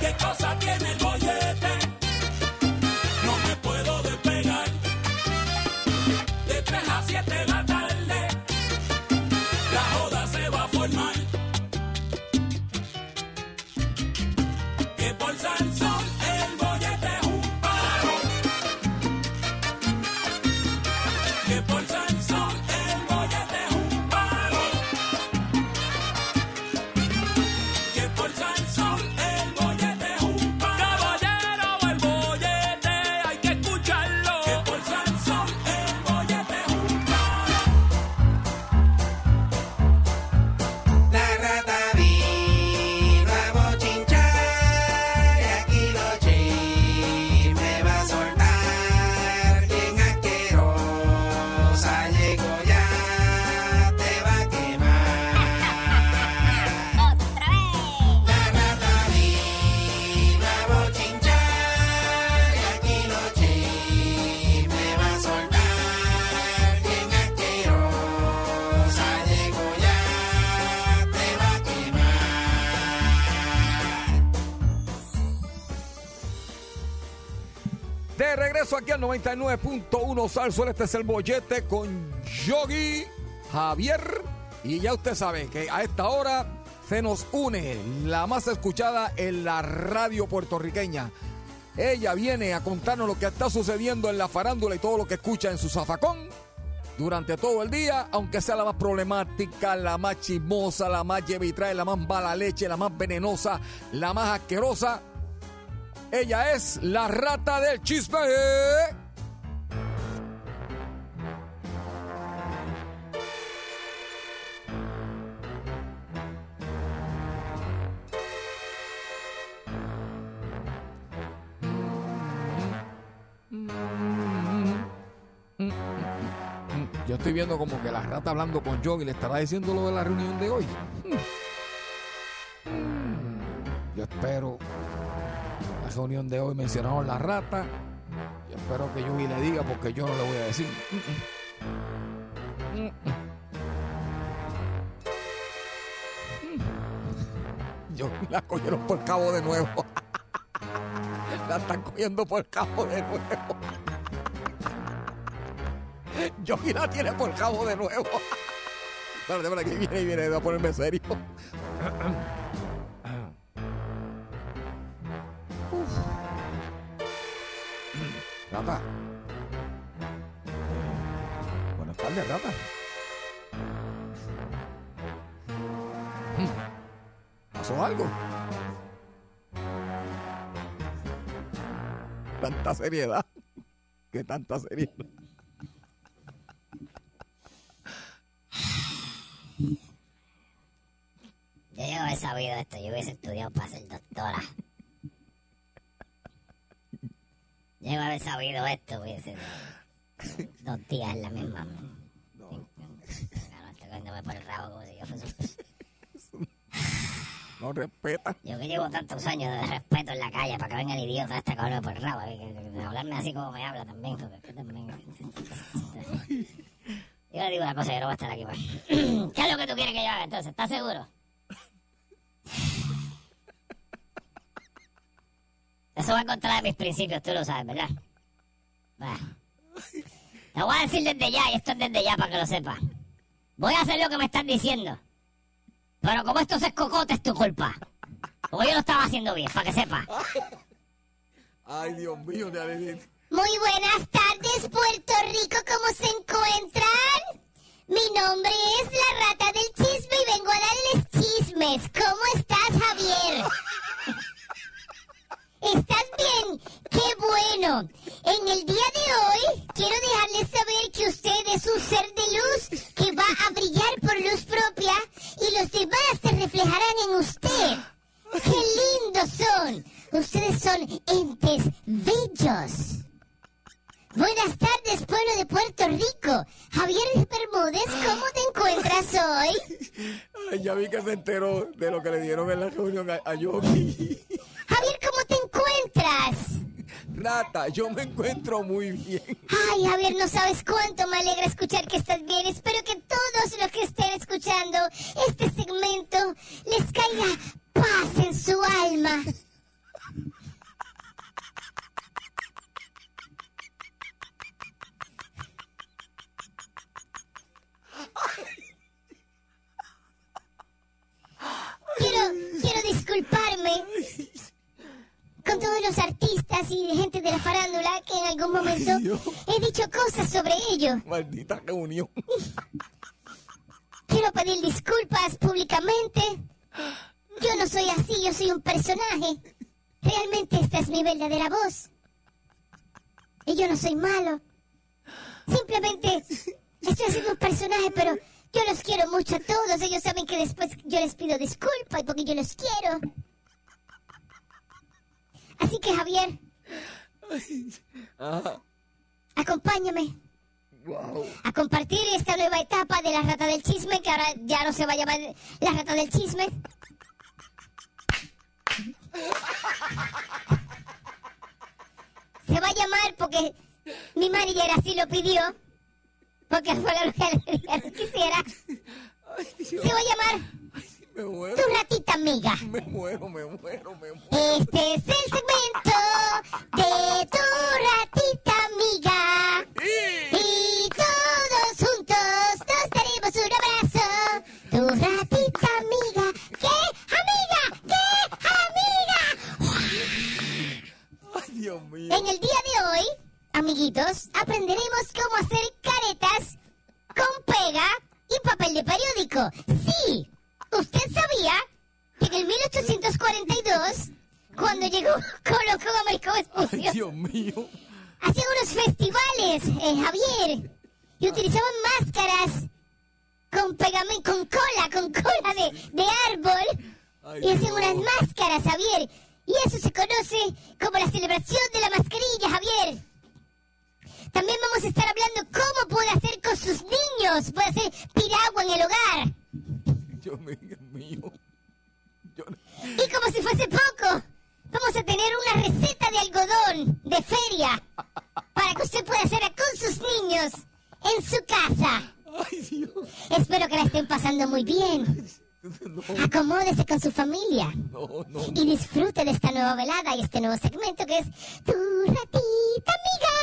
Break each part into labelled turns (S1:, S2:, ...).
S1: ¿Qué cosa tiene el bollete? No me puedo despegar. De 3 a 7 de la tarde, la joda se va a formar. Que por San Sol el bollete es un paro. Que por San Sol el bollete es un paro. que por San Sol el bollete es un pan. Caballero, el bollete hay que escucharlo. Que por San Sol el bollete es un pan.
S2: La rata vino a bochinchar y aquí los chismes va a soltar. Bien asquerosa llegó ya, te va a quemar. La rata vino a bochinchar y aquí los chismes va a soltar. Bien asquerosa llegó ya, te va a quemar.
S3: De regreso aquí al 99.1 Salsol, este es el bollete con Yogi Javier. Y ya usted sabe que a esta hora se nos une la más escuchada en la radio puertorriqueña. Ella viene a contarnos lo que está sucediendo en la farándula y todo lo que escucha en su zafacón durante todo el día, aunque sea la más problemática, la más chismosa, la más llevitrae, la más mala leche, la más venenosa, la más asquerosa. Ella es la rata del chisme. Yo estoy viendo como que la rata hablando con Yogi le estará diciendo lo de la reunión de hoy. Yo espero la reunión de hoy mencionaron la rata. Yo espero que Yogi le diga porque yo no le voy a decir. Yo la cogieron por cabo de nuevo. La están cogiendo por cabo de nuevo. Yogi la tiene por cabo de nuevo. Espérate, espérate, que viene y viene, voy a ponerme serio. Rata. Buenas tardes, Rata. ¿Pasó algo? Tanta seriedad. Que tanta seriedad.
S4: Yo debo haber sabido esto, yo hubiese estudiado para ser doctora. Yo debo haber sabido esto, hubiese. Dos días en la misma. No. Claro, estoy cogiéndome por el rabo como si yo fuese.
S3: No respeta.
S4: Yo que llevo tantos años de respeto en la calle para que venga el idiota este cogerme por el rabo. eh, que- que- que Hablarme así como me habla también. porque es que también- Yo le digo una cosa, yo no voy a estar aquí más. ¿Qué es lo que tú quieres que yo haga entonces? ¿Estás seguro? Eso va a contra de mis principios, tú lo sabes, ¿verdad? Va. Lo voy a decir desde ya, y esto es desde ya para que lo sepas. Voy a hacer lo que me están diciendo. Pero como esto se escocote, es tu culpa. Porque yo lo estaba haciendo bien, para que sepas.
S3: Ay, Dios mío, de alegría.
S5: Muy buenas tardes, Puerto Rico, ¿cómo se encuentran? Mi nombre es la rata del chisme y vengo a darles chismes. ¿Cómo estás, Javier? ¿Estás bien? ¡Qué bueno! En el día de hoy quiero dejarles saber que usted es un ser de luz que va a brillar por luz propia y los demás se reflejarán en usted. ¡Qué lindos son! Ustedes son entes bellos. Buenas tardes, pueblo de Puerto Rico. Javier Bermúdez, ¿cómo te encuentras hoy?
S3: Ay, ya vi que se enteró de lo que le dieron en la reunión a, a Yogi.
S5: Javier, ¿cómo te encuentras?
S3: Rata, yo me encuentro muy bien.
S5: Ay, Javier, no sabes cuánto me alegra escuchar que estás bien. Espero que todos los que estén escuchando este segmento les caiga paz en su alma. Quiero, quiero disculparme con todos los artistas y gente de la farándula que en algún momento
S3: Dios.
S5: he dicho cosas sobre ellos.
S3: Maldita reunión.
S5: Quiero pedir disculpas públicamente. Yo no soy así, yo soy un personaje. Realmente esta es mi verdadera voz. Y yo no soy malo. Simplemente estoy haciendo un personaje, pero yo los quiero mucho a todos. Ellos saben que después yo les pido disculpas porque yo los quiero. Así que Javier, acompáñame a compartir esta nueva etapa de la rata del chisme, que ahora ya no se va a llamar la rata del chisme. Se va a llamar porque mi manager así lo pidió, porque fue lo que le dijeron que hiciera. Se va a llamar
S3: Me muero,
S5: Tu Ratita Amiga.
S3: me muero, me muero, me muero.
S5: Este es el segmento de Tu Ratita Amiga. Y todos juntos nos daremos un abrazo. Tu ratita amiga. ¡Qué amiga! ¡Qué amiga!
S3: Ay, Dios mío.
S5: En el día de hoy, amiguitos, aprenderemos cómo hacer caretas con pega y papel de periódico. Sí, usted sabía que en el 1842, cuando llegó Colo Colo Americano
S3: Ay, Dios mío.
S5: hacían unos festivales, eh, Javier, y utilizaban máscaras con pegamento, con cola, con cola de, de árbol,
S3: Ay,
S5: y hacían
S3: no.
S5: unas máscaras, Javier, y eso se conoce como la celebración de la mascarilla, Javier. También vamos a estar hablando cómo puede hacer con sus niños, puede hacer piragua en el hogar,
S3: Dios mío, Dios mío. Yo-
S5: y como si fuese poco. Vamos a tener una receta de algodón de feria para que usted pueda hacerla con sus niños en su casa.
S3: Ay, Dios.
S5: Espero que la estén pasando muy bien. Acomódese con su familia
S3: No, no.
S5: y disfrute de esta nueva velada y este nuevo segmento que es Tu ratita amiga.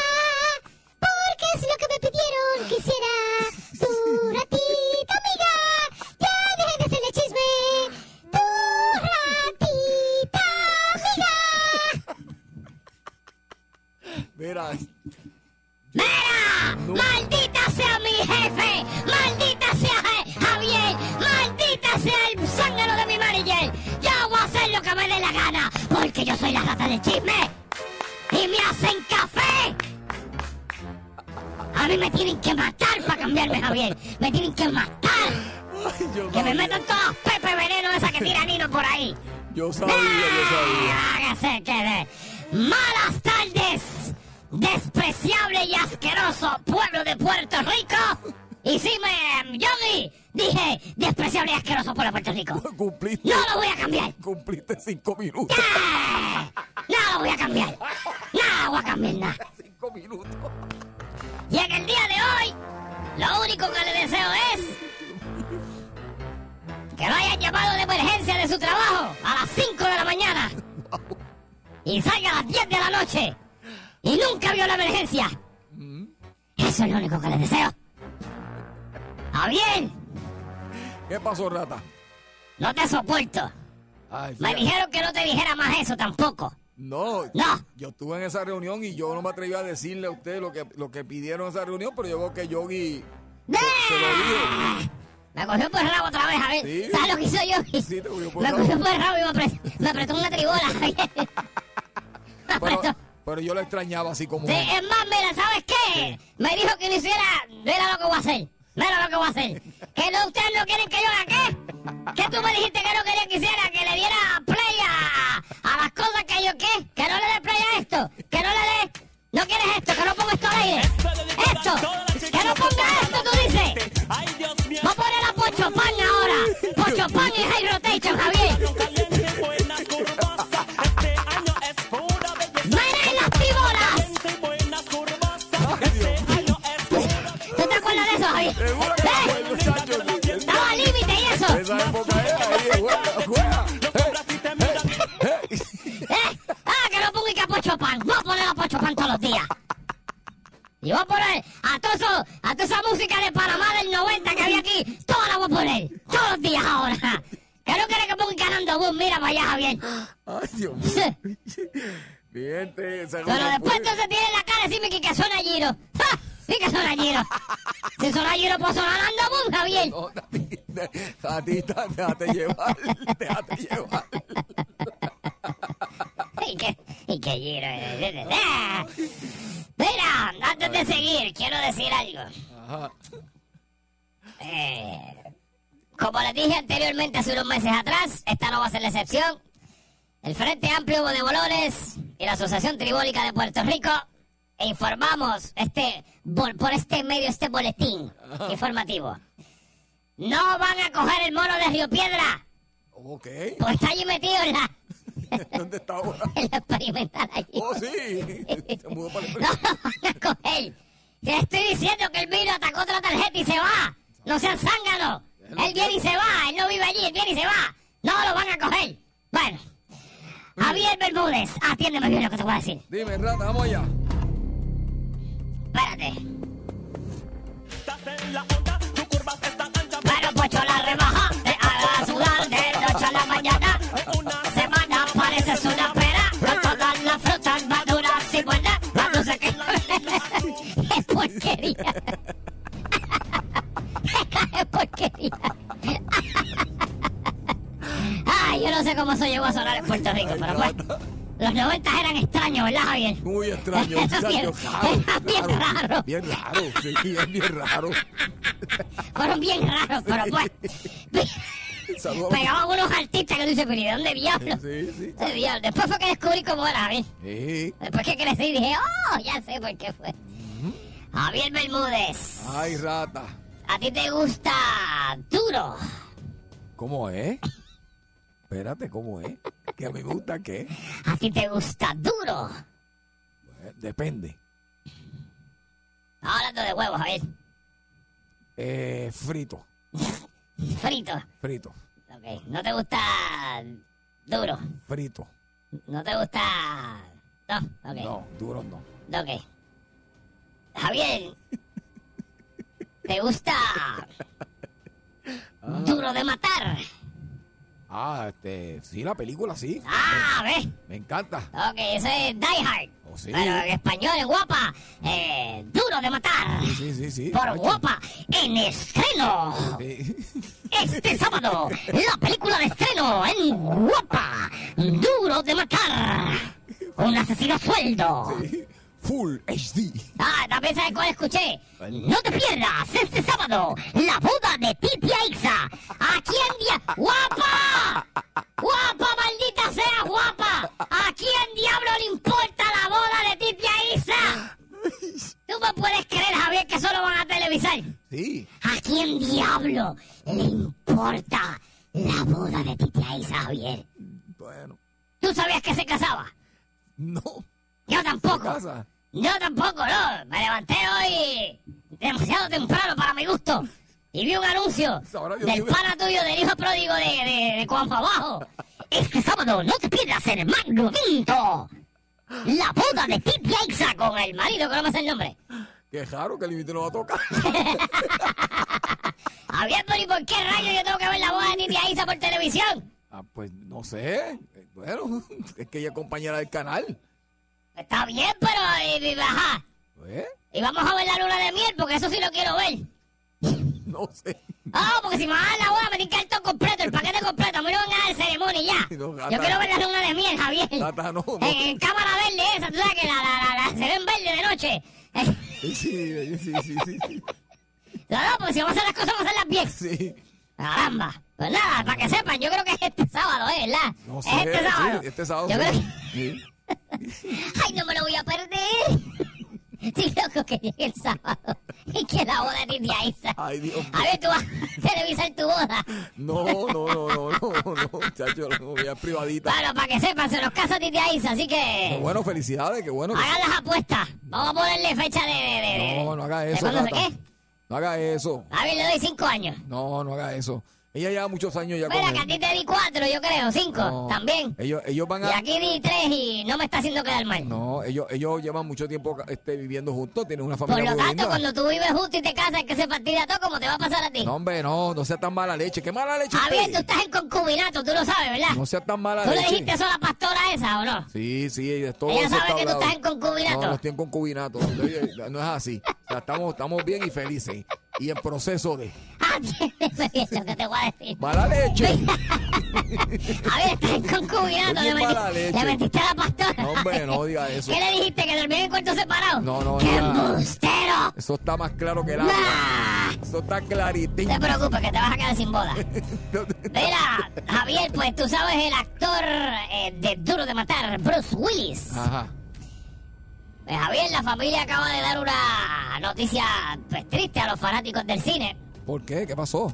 S5: Porque es lo que me pidieron que hiciera. Tu ratita amiga. Ya dejen de hacerle chisme. Tu ratita amiga.
S3: Mira, este,
S5: ¡Mira! ¡Maldita sea mi jefe! ¡Maldita sea eh, Javier! ¡Maldita sea el zángano de mi manager! ¡Yo voy a hacer lo que me dé la gana! ¡Porque yo soy la rata del chisme! ¡Y me hacen café! A mí me tienen que matar para cambiarme, Javier. Me tienen que matar.
S3: ay, yo
S4: Que me
S3: sabía,
S4: metan todas Pepe Veneno esa que tira Nino por ahí.
S3: yo sabía, yo sabía.
S4: Ah, que se quede. Malas tardes, despreciable y asqueroso pueblo de Puerto Rico. Y sí, me, Yogi, dije despreciable y asqueroso pueblo de Puerto Rico.
S3: Cumpliste,
S4: No lo voy a cambiar.
S3: cumpliste cinco minutos.
S4: ¡Ah! No lo voy a cambiar. No voy a cambiar nada.
S3: Cinco minutos.
S4: Y en el día de hoy, lo único que le deseo es que lo hayan llamado de emergencia de su trabajo a las 5 de la mañana y salga a las 10 de la noche y nunca vio la emergencia. Eso es lo único que le deseo. Javier,
S3: ¿Qué pasó, rata?
S4: no te soporto.
S3: Ay,
S4: Me
S3: fíjate.
S4: dijeron que no te dijera más eso tampoco.
S3: No,
S4: No.
S3: yo estuve en esa reunión y yo no me atreví a decirle a usted lo que, lo que pidieron en esa reunión, pero yo veo que Yogi se lo dijo.
S4: Me cogió por el rabo otra vez, Javier.
S3: Sí.
S4: ¿Sabes lo que hizo yo?
S3: Sí, te cogió por
S4: me
S3: el
S4: cogió
S3: rabo.
S4: por el rabo y me apretó, me apretó una tribola, Javier. Me
S3: Pero,
S4: apretó.
S3: pero yo lo extrañaba así como.
S4: Sí, es más, mira, ¿sabes qué? Me dijo que no hiciera. Mira lo que voy a hacer. Mira lo que voy a hacer. Que no, ustedes no quieren que yo haga qué. Que tú me dijiste que no quería que hiciera, que le diera play a, a las cosas que yo qué. Que no le dé play a esto. Que no le dé. No quieres esto, que no pongo esto al aire. Esto. Que no ponga esto, tú dices.
S1: Ay, Dios mío,
S4: Va a poner a Pocho Pan ahora. Pocho Pan y High Rotation, Javier.
S1: caliente, buena curvaza. Este año es pura belleza.
S4: ¡No era el activo!
S1: Este
S4: eso, Javier.
S3: Seguro que
S4: ¿Eh?
S3: fue, muchachos.
S4: Estaba al límite y eso.
S3: Esa época era, ahí, juega, juega.
S4: ¿Eh? Ah, que no ponga a Pocho Pan. Voy a poner a Pocho Pan todos los días. Y voy a poner a todo eso- a toda esa música de Panamá del 90 que había aquí. Toda la voy a poner. Todos los días ahora. Que no quiere que ponga ganando boom. Mira para allá, Javier.
S3: Ay, Dios mío.
S4: Sí.
S3: Mi gente, esa
S4: Pero
S3: cosa
S4: después
S3: fue-
S4: entonces tiene la cara de decirme que, que suena Giro. ¡Ja! Sí que suena Giro. Si suena Giro, pues sonar Ando Boom, Javier.
S3: No, Tatita, Tatita, déjate llevar, déjate llevar.
S4: Y que, y que Giro. eh, ah. Mira, antes de seguir, quiero decir algo.
S3: Ajá.
S4: Eh, como les dije anteriormente, hace unos meses atrás, esta no va a ser la excepción. El Frente Amplio de Bolones y la Asociación Tribólica de Puerto Rico informamos este bol- por este medio, este boletín informativo. No van a coger el mono de Río Piedra,
S3: Ok,
S4: porque está allí metido en la,
S3: ¿dónde está ahora?
S4: en la experimental allí.
S3: Oh, sí, se mudó para el...
S4: No lo van a coger. Te estoy diciendo que él vino, atacó otra tarjeta y se va. No sean zánganos. Él viene y se va. Él no vive allí, él viene y se va. No lo van a coger. Bueno. Javier Bermúdez, atiéndeme bien lo que te voy a decir.
S3: Dime, rata, vamos allá.
S4: Espérate.
S1: Estás en la onda, tu curva está ancha.
S4: Bueno, Pocho, la rebaja te haga sudar de noche a la mañana.
S1: Una
S4: Semana pareces una pera. Con todas las frutas maduras y buenas. Más
S1: Ah.
S4: dulce que... ¡Qué porquería! ¡Qué porquería! Ay, yo no sé cómo eso llegó a sonar en Puerto Rico, pero pues, bueno. Los 90 eran extraños, ¿verdad, Javier?
S3: Muy extraño,
S4: Era
S3: muchacho,
S4: bien-
S3: raro,
S4: era bien raro.
S3: Bien raro, sí, bien, bien raro.
S4: Fueron bien raros, pero bueno.
S3: Saludos.
S4: Pegaban unos artistas que tú dices, pero ¿y de dónde diablo?
S3: Sí, sí.
S4: De diablo. Después fue que descubrí cómo era Javier.
S3: Sí.
S4: Después que crecí dije, oh, ya sé por qué fue. Javier Bermúdez,
S3: Ay, rata.
S4: ¿a ti te gusta duro?
S3: ¿Cómo es? Espérate, ¿cómo es? Que a mí me gusta qué.
S4: ¿A ti te gusta duro?
S3: Eh, Depende.
S4: Hablando de huevos, Javier.
S3: Eh, frito,
S4: Frito.
S3: frito,
S4: Ok. ¿No te gusta duro?
S3: frito.
S4: ¿No te gusta...? No, ok.
S3: No, duro no.
S4: Ok. Javier, ¿te gusta duro de matar?
S3: Ah, este, sí, la película sí.
S4: Ah, ¿ves?
S3: Me encanta.
S4: Ok, eso es Die Hard.
S3: Oh, sí.
S4: Pero en español, en guapa, eh, duro de matar.
S3: Sí, sí, sí.
S4: Por
S3: chacho.
S4: guapa, en estreno.
S3: Sí.
S4: Este sábado, la película de estreno en guapa, duro de matar. Un asesino a sueldo.
S3: Full HD.
S4: Ah, también sabes cuál escuché. No te pierdas este sábado la boda de Titia Ixa. Aquí en dia... ¡Guapa! ¡Guapa, maldita sea, guapa! ¿A quién diablo le importa la boda de Titia Ixa? ¿Tú me puedes creer, Javier, que solo van a televisar?
S3: Sí.
S4: ¿A quién diablo le importa la boda de Titia Ixa, Javier?
S3: Bueno,
S4: ¿Tú sabías que se casaba?
S3: no.
S4: Yo
S3: ¿Qué
S4: tampoco.
S3: pasa?
S4: Yo tampoco, no. Me levanté hoy demasiado temprano para mi gusto. Y vi un anuncio
S3: Sabrá Dios
S4: del
S3: quién-
S4: pana tuyo, del hijo pródigo de, de, de Cuanfa Abajo. Este sábado no te pierdas el Magno Quinto. La boda de Tip Ixa con el marido que no me sé el nombre.
S3: Qué raro que el límite no va a tocar.
S4: Javier, pero ¿y por qué rayos yo tengo que ver la boda de Tip Ixa por televisión?
S3: Ah, pues no sé. Eh, Bueno, es que ella es compañera del canal.
S4: Está bien, pero... y- y- ajá.
S3: ¿Eh?
S4: Y vamos a ver la luna de miel, porque eso sí lo quiero ver.
S3: No sé.
S4: Oh, porque si me van a dar la boda, me tienen que dar todo completo, el paquete completo. A mí no me van a dar el ceremonia y ya.
S3: No, gata.
S4: Yo quiero ver la luna de miel, Javier.
S3: Tata, no, no.
S4: En, en cámara verde esa, tú sabes que la, la, la, la- se ven verde de noche. Eh,
S3: Sí, sí, sí, sí, sí.
S4: No, no, pues si vamos a hacer las cosas, vamos a hacerlas bien.
S3: Sí.
S4: Caramba. Pues nada, para que sepan, yo creo que es este sábado, ¿eh? ¿Verdad?
S3: No
S4: es
S3: sé.
S4: este sábado.
S3: sí, este sábado.
S4: Yo
S3: sí.
S4: creo que...
S3: Sí.
S4: Ay, no me lo voy a perder. Estoy loco que llegue el sábado. Y que la boda de India Isa.
S3: Ay, Dios mío.
S4: A ver, tú vas a televisar tu boda.
S3: No, no, no, no, no, no, chacho, no, ya es privadita.
S4: Bueno, para que sepan, se nos casa Titia Isa, así
S3: Qué
S4: que
S3: bueno, felicidades, qué bueno. que-
S4: hagan las apuestas. Vamos a ponerle fecha de... de, de- de-
S3: No, no haga
S4: de
S3: eso,
S4: cuándo se-
S3: Tata.
S4: ¿qué?
S3: No haga eso.
S4: A ver, le doy cinco años.
S3: No, no haga eso. Ella lleva muchos años ya con
S4: Mira,
S3: él.
S4: que a ti te di cuatro, yo creo, cinco,
S3: No.
S4: también.
S3: Ellos, ellos van
S4: Y
S3: a...
S4: aquí di tres y no me está haciendo quedar mal.
S3: No, ellos, ellos llevan mucho tiempo este, viviendo juntos, tienen una
S4: Por
S3: familia
S4: lo
S3: muy
S4: tanto,
S3: linda.
S4: cuando tú vives justo y te casas, es que se fastidia todo como te va a pasar a ti.
S3: No, hombre, no, no sea tan mala leche. ¿Qué mala leche
S4: Javier, Ah, tú
S3: usted?
S4: estás en concubinato, tú lo sabes, ¿verdad?
S3: No sea tan mala
S4: ¿Tú le
S3: leche.
S4: dijiste eso a la pastora esa o no?
S3: Sí, sí, ella- todo
S4: Ella
S3: eso
S4: sabe
S3: está
S4: que tú
S3: hablado.
S4: estás en concubinato.
S3: No, no estoy en concubinato. No, yo- no es así. O sea, estamos, estamos bien y felices. Y en proceso de...
S4: Ah, es lo que te voy a decir.
S3: ¡Mala leche!
S4: Javier, estás en concubinato,
S3: Oye,
S4: le, metiste-
S3: mala leche.
S4: le metiste a la pastora.
S3: No, hombre, no diga eso.
S4: ¿Qué le dijiste? ¿Que dormían en cuartos separados?
S3: No, no,
S4: ¡Qué
S3: ya.
S4: embustero!
S3: Eso está más claro que el agua.
S4: ¡Nah!
S3: Eso está
S4: No te
S3: claritito.
S4: preocupes, que te vas a quedar sin boda. Mira, Javier, pues tú sabes el actor eh, de Duro de Matar, Bruce Willis.
S3: Ajá.
S4: Pues, Javier, la familia acaba de dar una noticia pues, triste a los fanáticos del cine.
S3: ¿Por qué? ¿Qué pasó?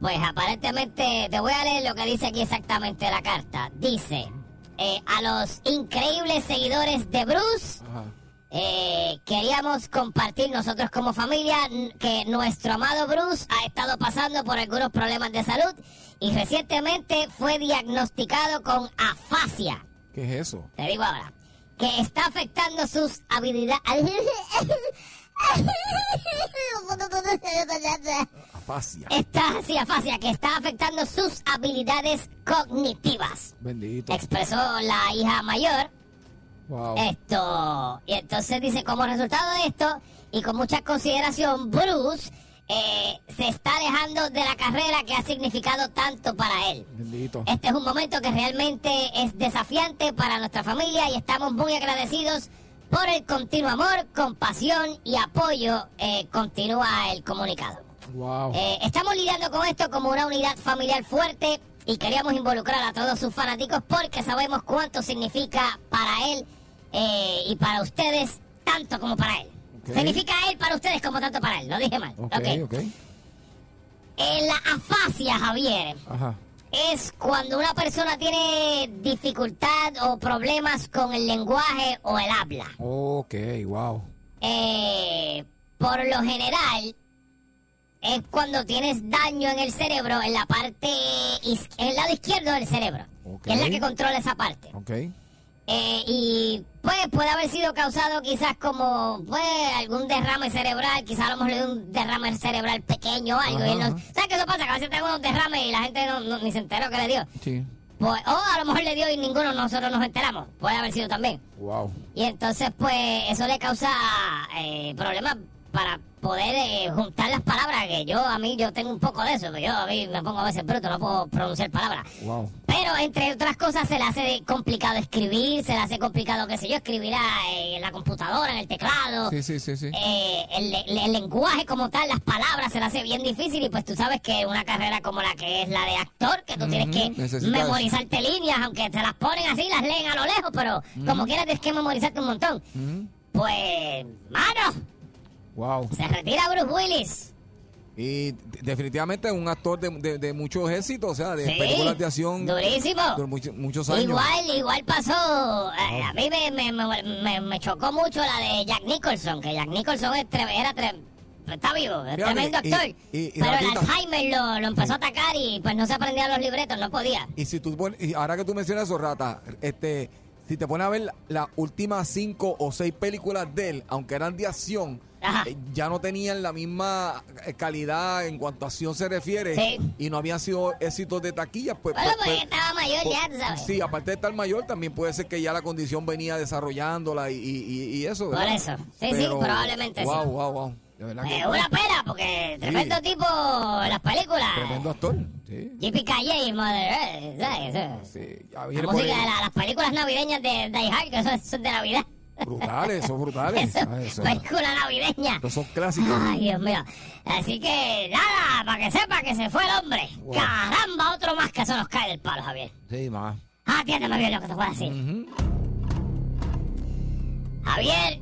S4: Pues aparentemente, te voy a leer lo que dice aquí exactamente la carta. Dice, eh, a los increíbles seguidores de Bruce,
S3: Ajá.
S4: eh, queríamos compartir nosotros como familia n- que nuestro amado Bruce ha estado pasando por algunos problemas de salud y recientemente fue diagnosticado con afasia.
S3: ¿Qué es eso?
S4: Te digo ahora. Que está afectando sus habilidades.
S3: Afasia.
S4: Está sí, afasia, que está afectando sus habilidades cognitivas.
S3: Bendito.
S4: Expresó la hija mayor
S3: Wow.
S4: Eh. esto. Y entonces dice, como resultado de esto, y con mucha consideración, Bruce eh, se está alejando de la carrera que ha significado tanto para él.
S3: Bendito.
S4: Este es un momento que realmente es desafiante para nuestra familia y estamos muy agradecidos por el continuo amor, compasión y apoyo, eh, continúa el comunicado.
S3: Wow.
S4: Eh, estamos lidiando con esto como una unidad familiar fuerte y queríamos involucrar a todos sus fanáticos porque sabemos cuánto significa para él eh, y para ustedes tanto como para él.
S3: Ok.
S4: Significa él para ustedes como tanto para él, lo dije mal.
S3: Ok,
S4: Ok.
S3: ok.
S4: Eh, la afasia, Javier,
S3: Ajá.
S4: es cuando una persona tiene dificultad o problemas con el lenguaje o el habla.
S3: Ok, wow.
S4: Eh, por lo general, es cuando tienes daño en el cerebro, en la parte, is- en el lado izquierdo del cerebro,
S3: Ok.
S4: que es la que controla esa parte.
S3: Ok.
S4: Eh, y pues puede haber sido causado quizás como pues algún derrame cerebral, quizás a lo mejor le dio un derrame cerebral pequeño o algo.
S3: Ajá,
S4: y él no-
S3: ajá.
S4: ¿Sabes qué eso pasa? Que a veces tengo unos derrames y la gente no- no- ni se enteró que le dio.
S3: Sí.
S4: Pues, o a lo mejor le dio y ninguno de nosotros nos enteramos. Puede haber sido también.
S3: Wow.
S4: Y entonces, pues, eso le causa eh, problemas para poder eh, juntar las palabras, que yo a mí yo tengo un poco de eso, que yo a mí me pongo a veces bruto, no puedo pronunciar palabras.
S3: Wow.
S4: Pero entre otras cosas se le hace complicado escribir, se le hace complicado, qué sé yo, escribir ah, eh, en la computadora, en el teclado.
S3: Sí, sí, sí, sí.
S4: Eh, el, le- el lenguaje como tal, las palabras se le hace bien difícil y pues tú sabes que una carrera como la que es la de actor, que tú tienes que
S3: necesitas-
S4: memorizarte líneas, aunque te las ponen así, las leen a lo lejos, pero como quieras tienes que memorizarte un montón.
S3: Mm,
S4: Pues, mano,
S3: Wow.
S4: se retira Bruce Willis.
S3: Y de- definitivamente es un actor de, de- de muchos éxitos, o sea, de
S4: Sí,
S3: películas de acción
S4: durísimo.
S3: durante mucho- muchos años. Ah.
S4: Igual, igual pasó. eh, A mí me, me- me- me- me chocó mucho la de Jack Nicholson, que Jack Nicholson es tre- era tre- está vivo, es
S3: Fíjate,
S4: tremendo
S3: y-
S4: actor.
S3: y- y
S4: pero el
S3: ratito.
S4: Alzheimer lo, lo empezó a atacar y pues no se aprendía los libretos, no podía.
S3: Y si tú pon- y ahora que tú mencionas eso, Rata, este, si te pones a ver la- las últimas cinco o seis películas de él, aunque eran de acción,
S4: Ajá.
S3: eh, ya no tenían la misma eh, calidad en cuanto a acción se refiere
S4: Sí.
S3: y no habían sido éxitos de taquilla. Pues,
S4: Bueno,
S3: pues-
S4: porque
S3: pues-
S4: estaba mayor ya, tú sabes.
S3: Sí, aparte de estar mayor, también puede ser que ya la condición venía desarrollándola y, y- y- y eso.
S4: Por
S3: ¿verdad?
S4: eso. Sí, sí, probablemente sí.
S3: wow, Wow, wow, De verdad que
S4: Eh, una pena, porque tremendo tipo en las películas.
S3: tremendo actor. Sí,
S4: J.P. Calle y Mother Earth, eh, ¿sabes? Eso-
S3: sí. Ya
S4: La
S3: viene por
S4: música de
S3: ahí.
S4: la- las películas navideñas de Die Hard, que eso, eso es de Navidad.
S3: Brutales, son brutales.
S4: Eso, pues,
S3: Ah, eso.
S4: película navideña.
S3: Estos son clásicos.
S4: Ay, Dios mío. Así que nada, para que sepa que se fue el hombre.
S3: Wow.
S4: Caramba, otro más que eso nos cae del palo, Javier.
S3: Sí, más.
S4: Atiéndeme bien lo que te voy a decir. Javier,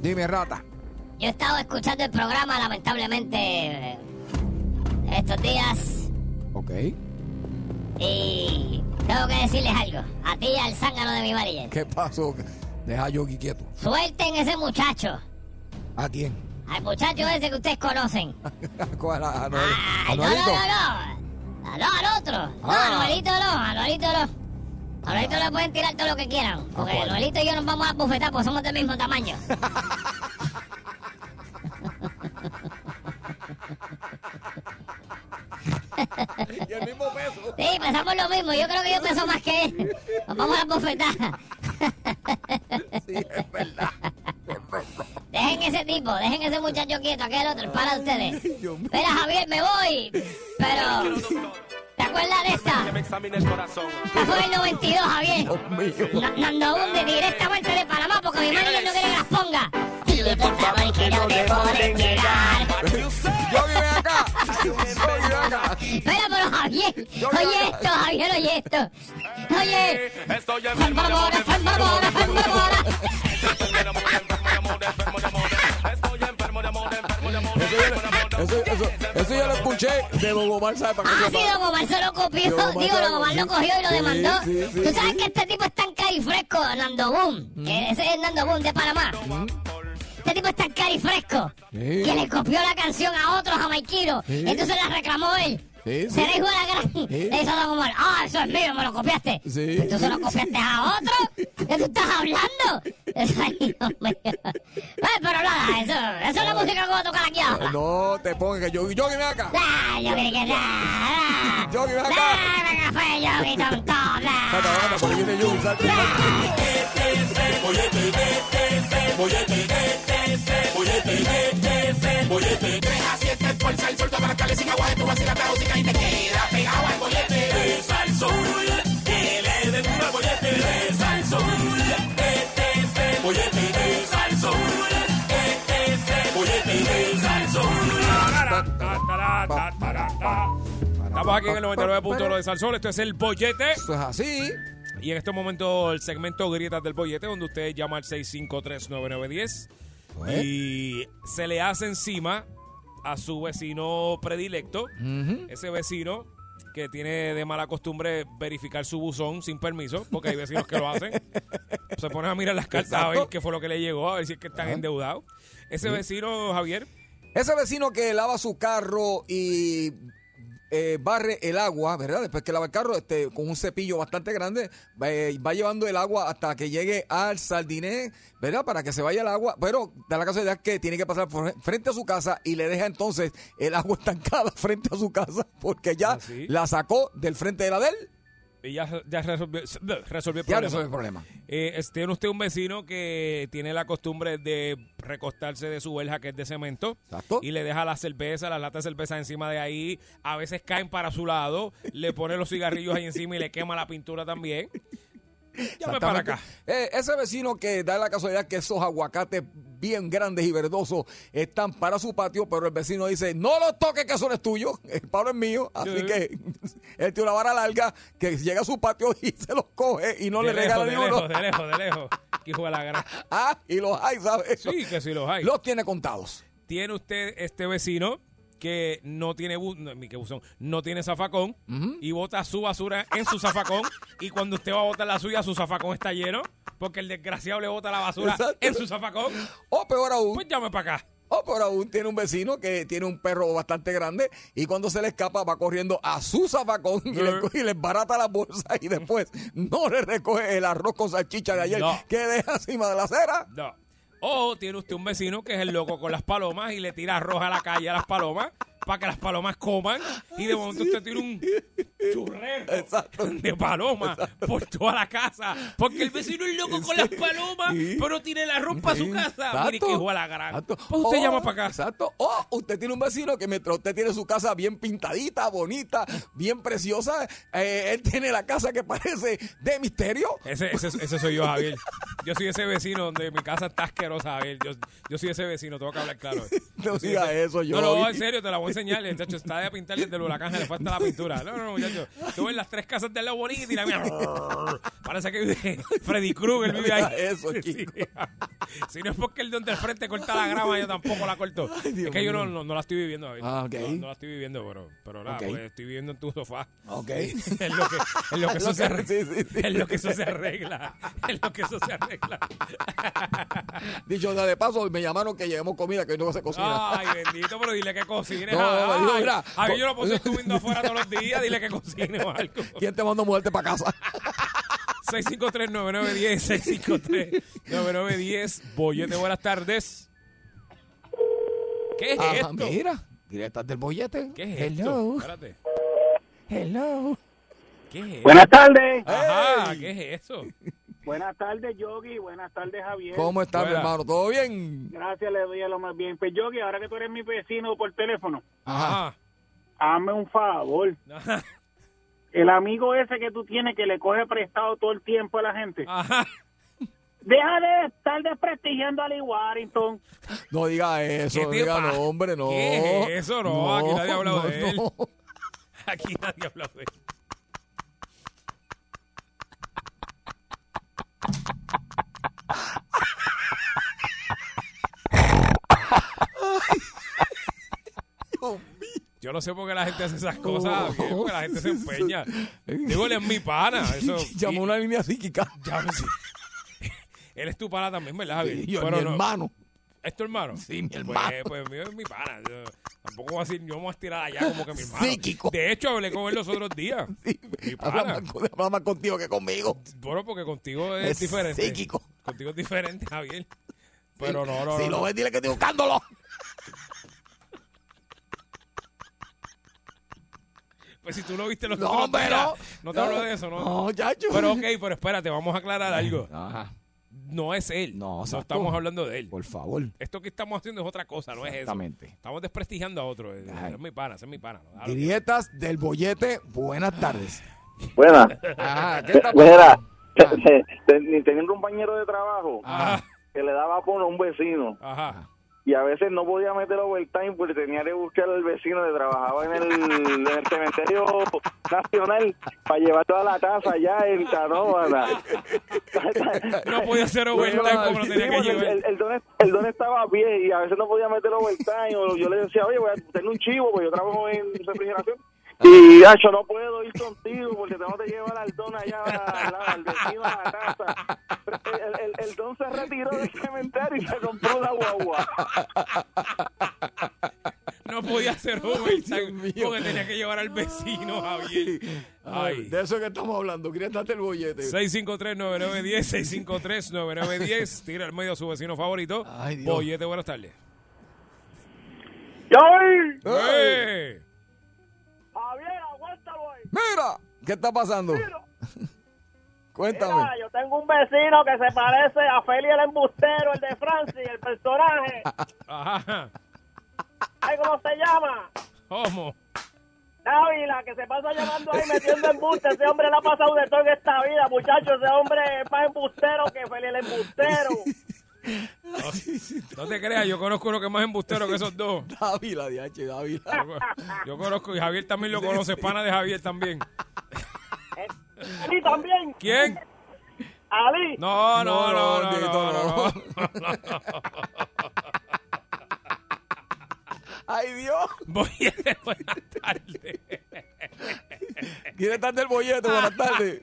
S3: Dime, rata.
S4: yo he estado escuchando el programa, lamentablemente, eh, estos días.
S3: Ok.
S4: Y tengo que decirles algo. A ti y al zángano de mi manager.
S3: ¿Qué pasó? Deja a Yogi quieto.
S4: Suelten ese muchacho.
S3: ¿A quién?
S4: al muchacho ese que ustedes conocen.
S3: ¿Cuál? ¿A Noel-
S4: Ah,
S3: a
S4: no, no,
S3: Noelito?
S4: no, no. Ah, No, al otro. No,
S3: Ah.
S4: a Noelito no, a Noelito no. A Noelito le pueden tirar todo lo que quieran. Porque
S3: ¿cuál?
S4: Noelito y yo nos vamos a bufetar porque somos del mismo tamaño.
S3: Y el mismo peso.
S4: Sí, pensamos lo mismo. Yo creo que yo peso más que él. Nos vamos a bofetar.
S3: Sí, es verdad.
S4: Dejen ese tipo, dejen ese muchacho quieto, aquel otro, para ustedes.
S3: Dios mío.
S4: Mira, Javier, me voy. Pero, ¿te acuerdas de esta?
S6: Que me examine el corazón.
S4: Esta fue el 92, Javier.
S3: Dios mío.
S4: No- Nando hunde directamente de Panamá porque mi manager no quiere que las ponga.
S2: Dile por favor que no te pueden llegar.
S3: Yogi, ven acá. Yogi, ven acá.
S4: Espera, pero Javier. Oye esto, Javier, oye esto. Oye.
S6: Estoy
S4: Fan
S6: enfermo de amor,
S4: barbora, fan barbora, fan barbora.
S6: enfermo de amor, enfermo de amor, enfermo de amor. Estoy enfermo de amor, enfermo de amor,
S3: Eso,
S6: enfermo de amor.
S3: yo- eso, eso, eso yo lo escuché de Bobo Mar, ¿sabes? Para
S4: Ah,
S3: que
S4: sí,
S3: sepa.
S4: Don Omar se lo copió.
S3: Don Omar
S4: Digo,
S3: se lo
S4: Don Omar lo
S3: copió.
S4: cogió y lo
S3: Sí,
S4: demandó.
S3: sí, sí,
S4: Tú sabes
S3: sí.
S4: que este tipo es tan carifresco, Nando Boom.
S2: Mm.
S4: Que ese es Nando Boom de Panamá. Este tipo es tan carifresco
S3: Sí.
S4: que le copió la canción a otro jamaiquino.
S3: Sí.
S4: Entonces la reclamó él.
S3: Sí,
S4: Se
S3: sí.
S4: le dijo a la gran.
S3: Sí.
S4: Le hizo Don Omar, ah, eso es mío, me lo copiaste.
S3: ¿Eh? Sí.
S4: Pues tú se lo copiaste a otro. ¿Qué tú estás hablando? Eso, ay, Dios mío. Ay, pero nada, eso, eso es la música que voy a tocar aquí ahora.
S3: No te pongas que Yogi, Yogi, ven acá.
S4: Ah, yo creí que nada.
S3: Yogi, ven acá.
S4: Dame café, Yogi, tonto.
S3: Saca, saca, por ahí viene Yogi, salte.
S7: Estamos aquí en el 99.1 de Salsón. Esto es el bollete.
S3: Eso es así.
S7: Y en este momento el segmento Grietas del Bollete, donde usted llama al 6539910
S3: Pues.
S7: y se le hace encima a su vecino predilecto, ese vecino que tiene de mala costumbre verificar su buzón sin permiso, porque hay vecinos que lo hacen. Se ponen a mirar las cartas a ver
S3: Exacto.
S7: qué fue lo que le llegó, a ver si es que están endeudados. Ese vecino, Javier,
S3: Ese vecino que lava su carro y eh, barre el agua, ¿verdad? Después que lava el carro, este, con un cepillo bastante grande, va, eh, va llevando el agua hasta que llegue al sardiné, ¿verdad? Para que se vaya el agua. Pero da la casualidad que tiene que pasar por- frente a su casa y le deja entonces el agua estancada frente a su casa porque ya
S7: Ah, sí.
S3: la sacó del frente de la de él.
S7: y ya, ya resolvió, resolvió el
S3: Ya
S7: problema.
S3: resuelve el problema.
S7: Eh, es- tiene usted un vecino que tiene la costumbre de recostarse de su verja que es de cemento
S3: Exacto.
S7: y le deja la cerveza, las latas de cerveza encima de ahí. A veces caen para su lado, le pone los cigarrillos ahí encima y le quema la pintura también. Llame para
S3: Exactamente.
S7: acá.
S3: Eh, ese vecino que da la casualidad que esos aguacates bien grandes y verdosos están para su patio, pero el vecino dice, no los toques que eso no es tuyo, el palo es mío. Así
S7: Sí.
S3: que él tiene una vara larga que llega a su patio y se los coge y no
S7: de
S3: le regala
S7: lejos,
S3: ni
S7: de
S3: uno.
S7: lejos, de lejos, de lejos. Que hijo de la gran-
S3: Ah, y los hay, ¿sabes?
S7: Sí, que sí los hay.
S3: Los tiene contados.
S7: Tiene usted este vecino que no tiene bu- no, mi, qué buzón, no tiene zafacón y bota su basura en su zafacón y cuando usted va a botar la suya su zafacón está lleno porque el desgraciado le bota la basura
S3: Exacto.
S7: en su zafacón.
S3: O peor aún,
S7: Pues llame para acá.
S3: O por Oh, aún tiene un vecino que tiene un perro bastante grande y cuando se le escapa va corriendo a su zafacón y le,
S7: Eh.
S3: y le barata la bolsa y después no le recoge el arroz con salchicha de ayer
S7: No.
S3: que deja encima de la acera.
S7: No. O tiene usted un vecino que es el loco con las palomas y le tira arroz a la calle a las palomas para que las palomas coman y de momento usted tiene un churrero
S3: Exacto.
S7: de palomas por toda la casa porque el vecino es loco con las palomas
S3: Sí.
S7: pero tiene el arroz para su casa. Mire
S3: Exacto.
S7: que juega la gran.
S3: Exacto. Oh.
S7: Pues usted
S3: O-
S7: llama para acá.
S3: Exacto. O usted tiene un vecino que mientras usted tiene su casa bien pintadita, bonita, bien preciosa, eh, él tiene la casa que parece de misterio.
S7: Ese, ese, ese soy yo, Javier. Yo soy ese vecino donde mi casa está asquerosa, Javier. Yo, yo soy ese vecino, tengo que hablar claro.
S3: No
S7: soy
S3: diga
S7: ese-
S3: eso, yo.
S7: No, no, en serio, te la voy a enseñar. El muchacho está de pintar y el del huracán se le falta la pintura. No, no, no, muchacho. muchacho. Tú ves las tres casas de la bonita y la mía. Parece que vive Freddy Krueger vive ahí.
S3: Eso,
S7: Sí.
S3: chico.
S7: Si no es porque el don del frente corta la grama, yo tampoco la corto.
S3: Ay, Dios
S7: es que yo no,
S3: mío.
S7: no- no la estoy viviendo, David.
S3: Ah, ok.
S7: no, no la estoy viviendo, pero, pero nada,
S3: Ok.
S7: porque estoy viviendo en tu sofá.
S3: Ok.
S7: En lo que, en lo que eso
S3: Lo
S7: se
S3: que-
S7: arregla.
S3: sí, sí, sí.
S7: En lo que eso se arregla. En lo que eso se arregla.
S3: Dicho sea de paso, me llamaron que llevemos comida que hoy no se cocina.
S7: Ay, bendito, pero dile que cocines.
S3: No, no, no, digo,
S7: Ay,
S3: mira,
S7: a mí yo
S3: co-
S7: lo puse estuviendo afuera todos los días. Dile que cocine o algo.
S3: ¿Quién te mandó a mudarte para casa?
S7: 653-9910. 653-9910. Bollete, buenas tardes. ¿Qué es
S3: Ajá,
S7: esto?
S3: Ah, mira, directas del bollete.
S7: ¿Qué es esto?
S3: Hello,
S7: Espérate.
S3: hello.
S7: ¿Qué es esto?
S8: Buenas tardes.
S7: Ajá, ¿qué es eso?
S8: Buenas tardes, Yogi. Buenas tardes, Javier.
S3: ¿Cómo estás, mi
S7: Buena.
S3: hermano? ¿Todo bien?
S8: Gracias, le doy a lo más bien. Pues, Yogi, ahora que tú eres mi vecino por teléfono,
S3: Ah.
S7: Ajá.
S8: hazme un favor.
S7: Ajá.
S8: El amigo ese que tú tienes que le coge prestado todo el tiempo a la gente,
S7: Ajá.
S8: deja de estar desprestigiando a Lee Warrington.
S3: Ah, No diga
S7: ¿Qué
S3: eso, no
S7: te
S3: diga
S7: pasa?
S3: no, hombre, no.
S7: ¿Qué es eso? No, aquí nadie ha hablado de él.
S3: no.
S7: Aquí nadie habla de eso. Yo no sé por qué la gente hace esas
S3: Oh,
S7: cosas, bien, porque la gente se empeña. Digo, él es mi pana. Eso,
S3: Llamó
S7: y-
S3: una línea psíquica.
S7: Llama- sí. Él es tu pana también, ¿verdad, Javier?
S3: Sí, yo,
S7: Pero
S3: mi
S7: no-
S3: hermano.
S7: ¿Es tu hermano?
S3: Sí, mi
S7: Pues,
S3: hermano.
S7: Pues, mío es mi pana. Yo tampoco voy a decir, yo me voy a estirar allá como que mi hermano.
S3: Psíquico.
S7: De hecho, hablé con él los otros días.
S3: Sí,
S7: Mi
S3: habla,
S7: pana.
S3: más, con- habla más contigo que conmigo.
S7: Bueno, porque contigo es,
S3: Es
S7: diferente.
S3: psíquico.
S7: Contigo es diferente, Javier. Pero no, no,
S3: si
S7: no,
S3: lo
S7: no.
S3: ves, dile que estoy buscándolo.
S7: Pues si tú lo viste los
S3: No,
S7: otros
S3: hombre,
S7: días,
S3: no.
S7: no te hablo de eso, ¿no?
S3: No, chacho.
S7: Pero ok, pero espérate, vamos a aclarar algo.
S3: Ajá,
S7: No es él.
S3: No,
S7: no
S3: exacto.
S7: estamos hablando de él.
S3: por favor.
S7: Esto que estamos haciendo es otra cosa, no es eso.
S3: Exactamente.
S7: Estamos desprestigiando a otro. eh,
S3: Ay.
S7: Es mi pana, ese es mi pana. ¿no? Hablo.
S3: Grietas del bollete, buenas tardes.
S9: Buena.
S3: Ajá, ¿qué está
S9: Buena.
S3: Ah.
S9: Tenía un compañero de trabajo
S7: Ajá,
S9: que le daba por un vecino
S7: Ah,
S3: Ah.
S7: ajá.
S9: y a veces no podía meter overtime porque tenía que buscar al vecino que trabajaba en el, en el cementerio nacional para llevar toda la taza allá en Canóvana.
S7: No podía hacer overtime como lo tenía que
S9: Sí, porque
S7: llevar.
S9: el, el don, el don estaba bien y a veces no podía meter overtime. O yo le decía, oye, voy a tener un chivo, porque yo trabajo en refrigeración. Y, gacho, no puedo ir contigo porque tengo que llevar al don allá al, al vecino a la casa. El, el- el don se retiró del cementerio y se compró una guagua.
S7: No podía hacer overtime
S3: mío.
S7: porque tenía que llevar al vecino, Javier. Ay.
S3: De eso que estamos hablando, grietas del bollete.
S7: 653-9910, 653-9910. Tira al medio a su vecino favorito.
S3: Ay, Dios.
S7: Bollete, buenas tardes.
S8: ¡Yogi!
S3: ¡Ey!
S7: ¡Eh!
S8: Javier, aguántalo ahí.
S3: Mira, ¿qué está pasando? Cuéntame.
S8: Mira, Ah, yo tengo un vecino que se parece a Feli el embustero, el de Francis, el personaje.
S7: Ajá.
S8: Ay, ¿Cómo se llama?
S7: ¿Cómo?
S8: Ávila, que se pasa llamando ahí metiendo embuste. Ese hombre la ha pasado de todo en esta vida, muchachos. Ese hombre es más embustero que Feli el embustero.
S7: No te creas, yo conozco uno que es más embustero que esos dos.
S3: Dávila, DH, Dávila.
S7: Yo, yo conozco, y Javier también lo conoce, pana de Javier también.
S8: Ali también.
S7: ¿Quién?
S8: Ali.
S7: No, no, no, no,
S3: Tito,
S7: no, no, no.
S3: Ay, Dios.
S7: Bollete, buenas tardes.
S3: Grietas del bollete, buenas tardes.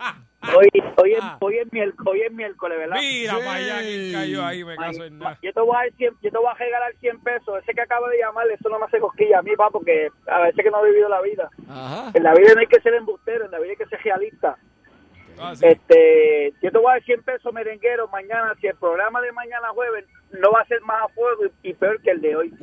S8: Hoy, hoy, es, hoy, es miércoles, hoy es miércoles, ¿verdad?
S7: Ah. Mira,
S3: Sí.
S7: para allá que cayó ahí, me caso en nada.
S8: Yo te voy a dar 100, yo te voy a regalar 100 pesos. Ese que acaba de llamar, eso no me hace cosquilla a mí, va, porque a veces que no he vivido la vida.
S3: Ajá.
S8: En la vida no hay que ser embustero, en la vida hay que ser realista.
S7: Ah, sí.
S8: Este, yo te voy a dar 100 pesos merenguero mañana, si el programa de mañana jueves no va a ser más a fuego y, y peor que el de hoy.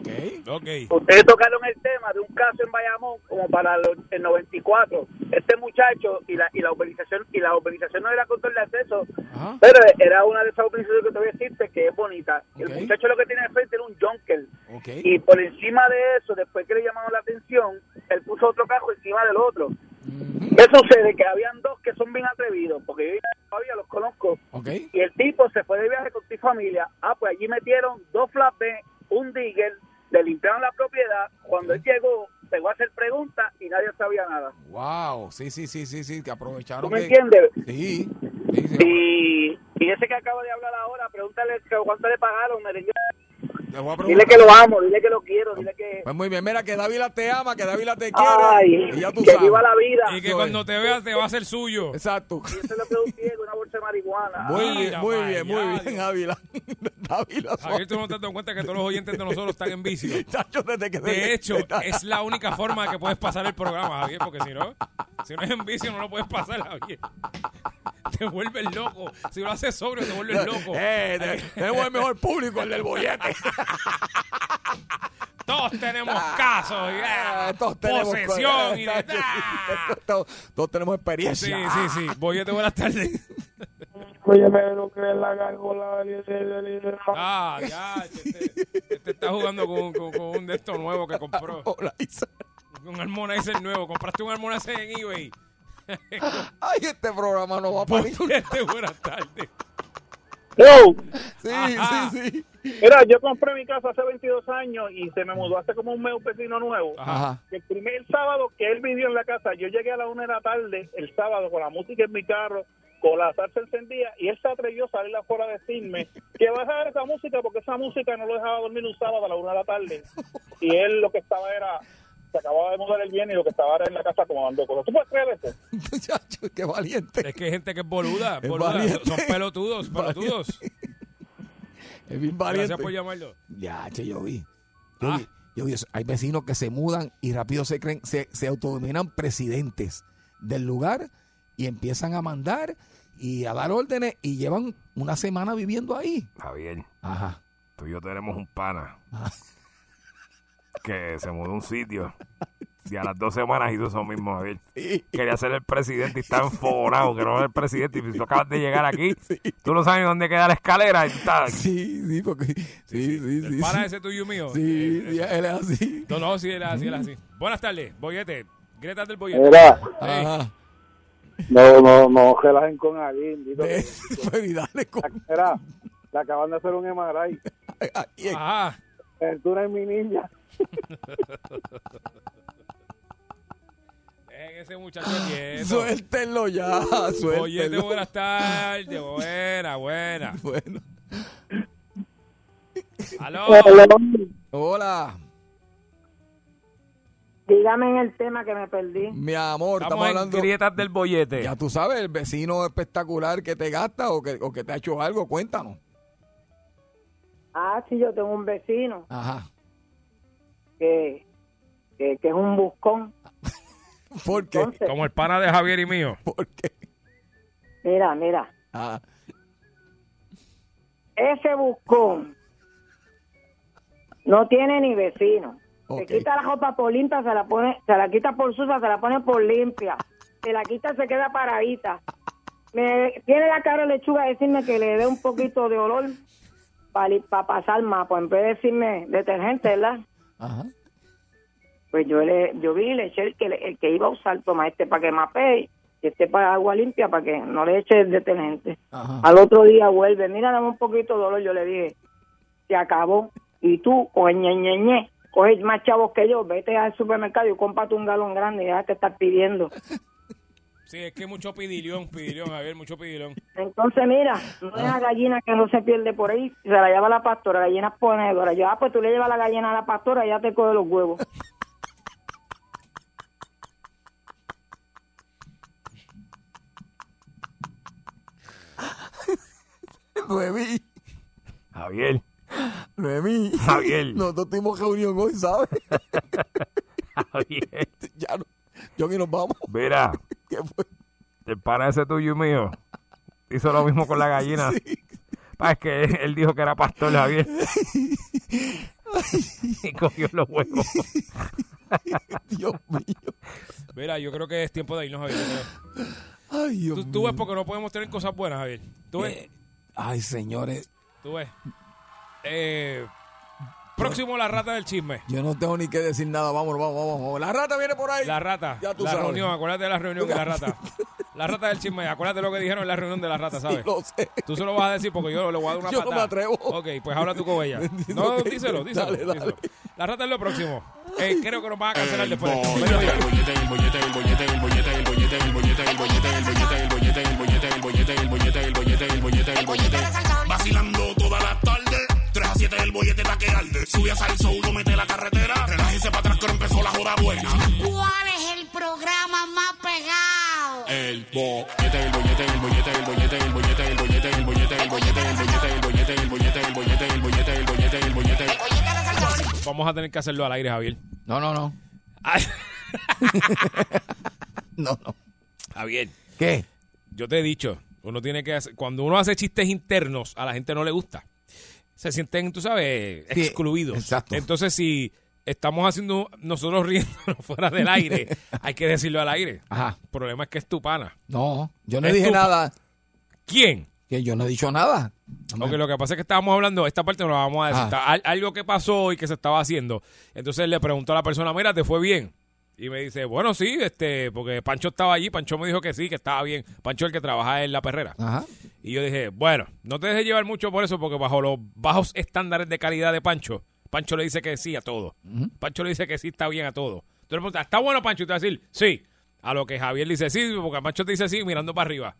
S3: Ok.
S7: Ok.
S8: Ustedes tocaron el tema de un caso en Bayamón como para los- el 94. Este muchacho y la, y la organización y la organización no era control de acceso,
S3: Ajá.
S8: pero era una de esas organizaciones que te voy a decirte que es bonita.
S3: Ok.
S8: El muchacho lo que tiene de frente era un junker.
S3: Ok.
S8: Y por encima de eso, después que le llamaron la atención, él puso otro carro encima del otro. ¿Qué sucede? Que habían dos que son bien atrevidos, porque yo todavía los conozco.
S3: Ok.
S8: Y el tipo se fue de viaje con su familia. Ah, pues allí metieron dos flapes, un digger, le limpiaron la propiedad. Cuando él llegó,
S9: empezó a hacer preguntas y nadie sabía nada.
S3: Wow, sí, sí, sí, sí, sí, que aprovecharon.
S9: ¿Tú me
S3: que-
S9: entiendes?
S3: Sí.
S9: Y, y ese que acaba de hablar ahora, pregúntale que- cuánto le pagaron, merengue.
S3: Te voy a
S9: Dile
S3: preguntar.
S9: que lo amo, dile que lo quiero, dile que...
S3: Pues muy bien, mira que Dávila te ama, que Dávila te quiere.
S9: Ay,
S3: y ya tú
S9: que
S3: sabes.
S9: viva la vida.
S7: Y que cuando te veas te va a hacer suyo.
S3: Exacto.
S9: Eso es lo que un ciego, una bolsa de marihuana.
S3: Muy bien,
S7: Mira
S3: muy
S7: para
S3: bien, muy
S7: allá,
S3: bien, Ávila. Dávila.
S7: Javier, tú no te has dado cuenta que todos los oyentes de nosotros están en vicio.
S3: Chacho, desde que
S7: De hecho, es la única forma que puedes pasar el programa, Javier, porque si no, si no es en vicio, no lo puedes pasar, Javier. Te vuelves loco. Si lo haces sobrio, te vuelves loco.
S3: Eh, te- tenemos el mejor público, el del bollete.
S7: Todos tenemos casos.
S3: Ah,
S7: ya.
S3: todos tenemos
S7: Posesión. y de-
S3: Chacho, sí, todos, todos tenemos
S7: Sí,
S3: experiencia.
S7: sí, sí. Bollete, buenas tardes.
S8: Oye, Pues me lo que es la gárgola de Eliezer, de Eliezer.
S7: Ah, ya. Este, este está jugando con, con- con un de estos nuevos que compró.
S3: Hola, Isa.
S7: Un Harmonizer nuevo. Compraste un Harmonizer en eBay.
S3: Ay, este programa no va para
S7: Pues,
S3: ningún
S7: Bollete, buenas tardes.
S9: Yo,
S3: Sí,
S7: Ajá.
S3: sí, sí.
S9: mira, yo compré mi casa hace 22 años y se me mudó hace como un mes un vecino nuevo.
S3: Ajá.
S9: El primer sábado que él vivió en la casa, yo llegué a la una de la tarde, el sábado, con la música en mi carro, con la salsa encendida, y él se atrevió a salir afuera a decirme que bajara esa música porque esa música no lo dejaba dormir un sábado a la una de la tarde. Y él lo que estaba era, se acababa de mudar el bien y lo que estaba era en la casa acomodando cosas. ¿Tú puedes creer eso?
S3: Chacho, qué valiente.
S7: Es que hay gente que es boluda.
S3: Es
S7: boluda.
S3: valiente.
S7: Son pelotudos, pelotudos.
S3: Es bien valiente.
S7: Gracias por llamarlo.
S3: Ya, che, yo vi. Yo,
S7: Ah.
S3: vi, yo vi eso. Hay vecinos que se mudan y rápido se creen, se, se autodominan presidentes del lugar y empiezan a mandar y a dar órdenes y llevan una semana viviendo ahí.
S6: Javier,
S3: Ajá.
S6: tú y yo tenemos un pana que se mudó a un sitio y a las dos semanas hizo eso mismo, Javier. Quería ser el presidente y está enfogonado que no es el presidente. Y tú acabas de llegar aquí, tú no sabes ni dónde queda la escalera. Y tú estás-
S3: Sí, sí, porque. Sí, sí, sí.
S7: El
S3: Sí,
S7: pana
S3: sí,
S7: ese tuyo y mío.
S3: Sí,
S7: Eh,
S3: sí, él es así.
S7: No, no, sí, era así, era así. Buenas tardes, Bollete. Greta del Bollete.
S8: Mira,
S3: Ajá.
S8: no, no, no relajen con alguien. Dito,
S3: Eh, Pero y dale con.
S8: Mira, le acaban de hacer un MRI.
S7: Ah,
S3: Aquí es-
S7: Ajá.
S8: Ventura es mi niña.
S7: Dejen Eh, ese muchacho quieto.
S3: Suéltenlo ya,
S7: Uh, Bollete,
S3: suéltenlo.
S7: buenas tardes. Buena, buena.
S3: Bueno.
S7: Aló.
S3: Hola,
S10: Dígame el tema que me perdí.
S3: mi amor, estamos,
S7: Estamos en
S3: hablando.
S7: Grietas del Bollete.
S3: Ya tú sabes, el vecino espectacular que te gasta o que, o que te ha hecho algo, cuéntanos.
S10: Ah, sí, yo tengo un vecino
S3: Ajá.
S10: que, que, que es un buscón.
S3: ¿Por qué?
S10: Entonces,
S7: Como el pana de Javier y mío.
S3: ¿Por qué?
S10: mira, mira,
S3: Ah,
S10: ese buscón no tiene ni vecino.
S3: Ok.
S10: Se quita la ropa por limpia, se la pone, se la quita por sucia, se la pone por limpia. Se la quita, se queda paradita. Me tiene la cara de lechuga a decirme que le dé un poquito de olor para pasar mapa, en vez de decirme detergente, ¿verdad?
S3: ajá.
S10: pues yo le yo vi y le eché el que, le- el que iba a usar toma este para que mapee y este para agua limpia para que no le eche el detergente
S3: Ajá.
S10: al otro día vuelve mira dame un poquito de dolor yo le dije se acabó y tú coge ñe, ñe, ñe, coge más chavos que yo vete al supermercado y cómprate un galón grande y ya te estás pidiendo
S7: Sí, es que mucho pidilión, pidilión, Javier, mucho pidilión.
S10: entonces mira no es la gallina que no se pierde por ahí se la lleva la pastora la gallina ponedora yo ah pues tú le llevas la gallina a la pastora y ya te coge los huevos
S3: Noemí,
S6: Javier,
S3: Noemí.
S6: Javier.
S3: Nosotros tuvimos reunión hoy, ¿sabes?
S6: Javier.
S3: ya no. Johnny, nos vamos.
S6: Mira,
S3: ¿Qué fue?
S6: el pana ese tuyo y mío hizo lo mismo con la gallina. Pa, es que él dijo que era pastor, Javier. Y cogió los huevos.
S3: Dios mío.
S7: Mira, yo creo que es tiempo de irnos, Javier. yo
S3: Ay, Dios
S7: creo. Tú, tú ves
S3: mío.
S7: porque no podemos tener cosas buenas, Javier. Tú ves,
S3: Eh, Ay, señores,
S7: tú ves. Eh, próximo, la rata del chisme.
S3: yo no tengo ni que decir nada. Vamos, vamos, vamos. vamos. La rata viene por ahí.
S7: La rata.
S3: Ya tú
S7: la
S3: sabes.
S7: reunión, acuérdate de la reunión de la rata. La rata del chisme, acuérdate lo que dijeron en la reunión de la rata,
S3: Sí,
S7: ¿sabes?
S3: lo sé.
S7: Tú se lo vas a decir porque yo le voy a dar una
S3: Yo no
S7: patada.
S3: me atrevo.
S7: Ok, pues habla tú con ella. No,
S3: Ok,
S7: díselo, díselo,
S3: dale, dale.
S7: díselo. La rata es lo próximo. Eh, creo que nos van a cancelar después.
S1: Vacilando toda la tarde, 3 a 7 el bollete está que arde. Sube a salso, uno mete la carretera. Relájese para atrás que ahora empezó la joda buena.
S2: ¿Cuál es el programa más pegado?
S1: El bollete, el bollete, el bollete, el bollete, el bollete, el bollete, el bollete, el bollete, el bollete, el bollete, el bollete, el bollete, el bollete, el bollete, el bollete.
S7: Vamos a tener que hacerlo al aire, Javier.
S3: No, no, no. No, no.
S7: Javier.
S3: ¿Qué?
S7: Yo te he dicho, uno tiene que hacer- cuando uno hace chistes internos, a la gente no le gusta. Se sienten, tú sabes,
S3: Sí,
S7: excluidos.
S3: exacto.
S7: Entonces, si estamos haciendo nosotros riéndonos fuera del aire, hay que decirlo al aire.
S3: Ajá.
S7: El problema es que es tu pana.
S3: No, yo no
S7: Es
S3: dije
S7: tu-
S3: nada.
S7: ¿Quién?
S3: Que yo no he dicho nada.
S7: Porque lo que pasa es que estábamos hablando, esta parte no la vamos a decir.
S3: Ah.
S7: Está- al- algo que pasó y que se estaba haciendo. Entonces le preguntó a la persona, mira, ¿te fue bien? Y me dice, bueno, sí, este, porque Pancho estaba allí, Pancho me dijo que sí, que estaba bien. Pancho el que trabaja en la perrera.
S3: Ajá.
S7: Y yo dije, bueno, no te dejes llevar mucho por eso, porque bajo los bajos estándares de calidad de Pancho, Pancho le dice que sí a todo. Pancho le dice que sí está bien a todo. Tú le preguntas, ¿está bueno Pancho? Y te va a decir, sí. A lo que Javier le dice, sí, porque Pancho te dice sí, mirando para arriba.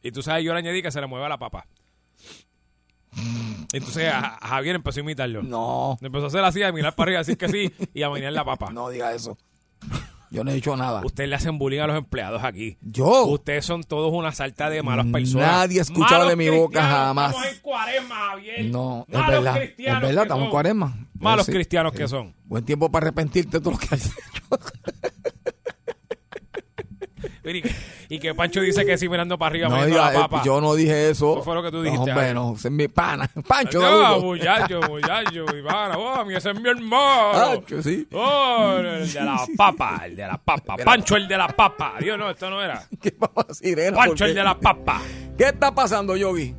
S7: Y tú sabes, yo le añadí que se le mueva la papa. Entonces a- a Javier empezó a imitarlo.
S3: No,
S7: Empezó a hacer así, a mirar para arriba, a decir que sí, y a menear la papa.
S3: no diga eso. Yo no he dicho nada.
S7: Ustedes le hacen bullying a los empleados aquí.
S3: Yo.
S7: Ustedes son todos una salta de malas personas.
S3: Nadie ha escuchado
S7: Malos
S3: de mi boca
S7: cristianos,
S3: jamás.
S7: Estamos en cuaresma, Javier.
S3: No, es
S7: Malos
S3: verdad. Es
S7: cristianos
S3: verdad,
S7: que
S3: estamos en
S7: son.
S3: cuaresma.
S7: Malos
S3: Sí,
S7: cristianos
S3: sí.
S7: que son.
S3: Buen tiempo para arrepentirte de todo lo que has hecho.
S7: Mira, Y que, y que Pancho dice que sí mirando para arriba,
S3: No
S7: mirando
S3: diga,
S7: la
S3: eh,
S7: papa.
S3: yo no dije eso.
S7: Eso fue lo que tú
S3: No,
S7: dijiste,
S3: hombre,
S7: Ale.
S3: no, ese es mi pana. Pancho,
S7: No,
S3: saludos.
S7: muchacho, muchacho, Ivana, oh, mi- ese es mi hermano.
S3: Pancho, Ah, sí.
S7: Oh, el de la papa, el de la papa. Pancho, el de la papa. Dios, no, esto no era.
S3: ¿Qué vamos a decir, nena? ¿Por
S7: Pancho,
S3: qué?
S7: el de la papa.
S3: ¿Qué está pasando, Yogi?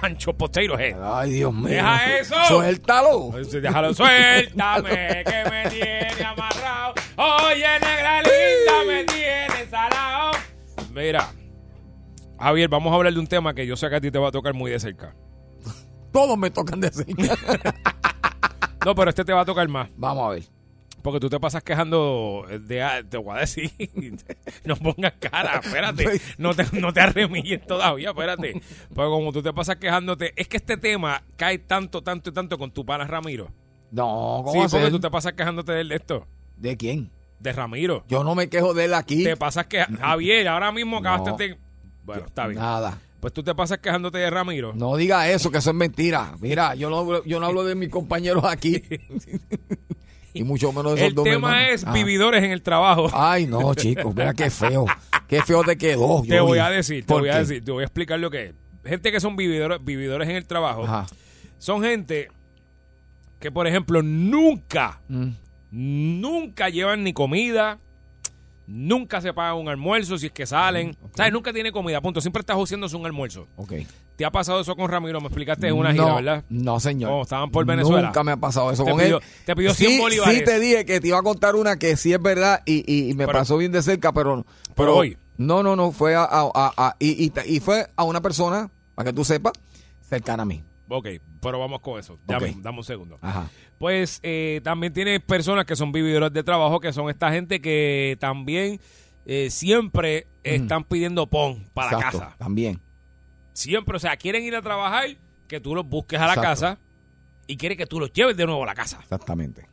S7: Pancho Poteiro, eh.
S3: Ay, Dios mío.
S7: Deja eso.
S3: Suéltalo.
S7: Déjalo, suéltame, que me tiene amarrado. Oye, negra linda, me tiene salado. Mira, Javier, vamos a hablar de un tema que yo sé que a ti te va a tocar muy de cerca.
S3: Todos me tocan de cerca.
S7: No, pero este te va a tocar más,
S3: Vamos a ver.
S7: porque tú te pasas quejando de... ah, Te voy a decir, no pongas cara, espérate, no te, no te arremilles todavía, espérate. Pero como tú te pasas quejándote, es que este tema cae tanto, tanto y tanto con tu pana Ramiro.
S3: No, ¿cómo
S7: Sí,
S3: va a
S7: porque
S3: ser?
S7: tú te pasas quejándote de él de esto,
S3: ¿De quién?
S7: de Ramiro.
S3: Yo no me quejo de él aquí.
S7: te pasas que Javier, ahora mismo acabaste
S3: No.
S7: de- Bueno, está bien.
S3: Nada.
S7: Pues tú te pasas quejándote de Ramiro.
S3: No diga eso, que eso es mentira. Mira, yo no, yo no hablo de mis compañeros aquí. y mucho menos de esos
S7: El
S3: dos, mi
S7: tema
S3: hermano.
S7: es
S3: Ah.
S7: vividores en el trabajo.
S3: Ay, no, chicos. Mira qué feo. Qué feo te quedó.
S7: te
S3: Yogi.
S7: voy a decir, te
S3: ¿Por
S7: voy a
S3: qué?
S7: decir, te voy a explicar lo que es. Gente que son vividores, vividores en el trabajo
S3: Ajá.
S7: son gente que, por ejemplo, nunca,
S3: Mm.
S7: nunca llevan ni comida, nunca se pagan un almuerzo si es que salen.
S3: Mm,
S7: ¿Sabes? Nunca tiene comida, punto. Siempre está jociéndose un almuerzo.
S3: Ok.
S7: ¿Te ha pasado eso con Ramiro? Me explicaste en una gira,
S3: no,
S7: ¿verdad?
S3: No, señor.
S7: Oh, estaban por Venezuela.
S3: Nunca me ha pasado eso
S7: Te
S3: con
S7: pidió-
S3: él.
S7: te pidió 100
S3: sí,
S7: bolívares.
S3: Sí, te dije que te iba a contar una que sí es verdad y, y- y me
S7: Pero-
S3: pasó bien de cerca, pero no. Pero,
S7: hoy.
S3: No, no, no. Fue a, a- a- a- y, y- y fue a una persona, para que tú sepas, cercana a mí.
S7: Ok, pero vamos con eso. Dame,
S3: Ok.
S7: dame un segundo.
S3: Ajá.
S7: Pues eh, también tiene personas que son vividores de trabajo, que son esta gente que también eh, siempre están pidiendo pon para
S3: Exacto,
S7: casa.
S3: También.
S7: Siempre, o sea, quieren ir a trabajar, que tú los busques a la
S3: Exacto.
S7: casa y quieren que tú los lleves de nuevo a la casa.
S3: Exactamente.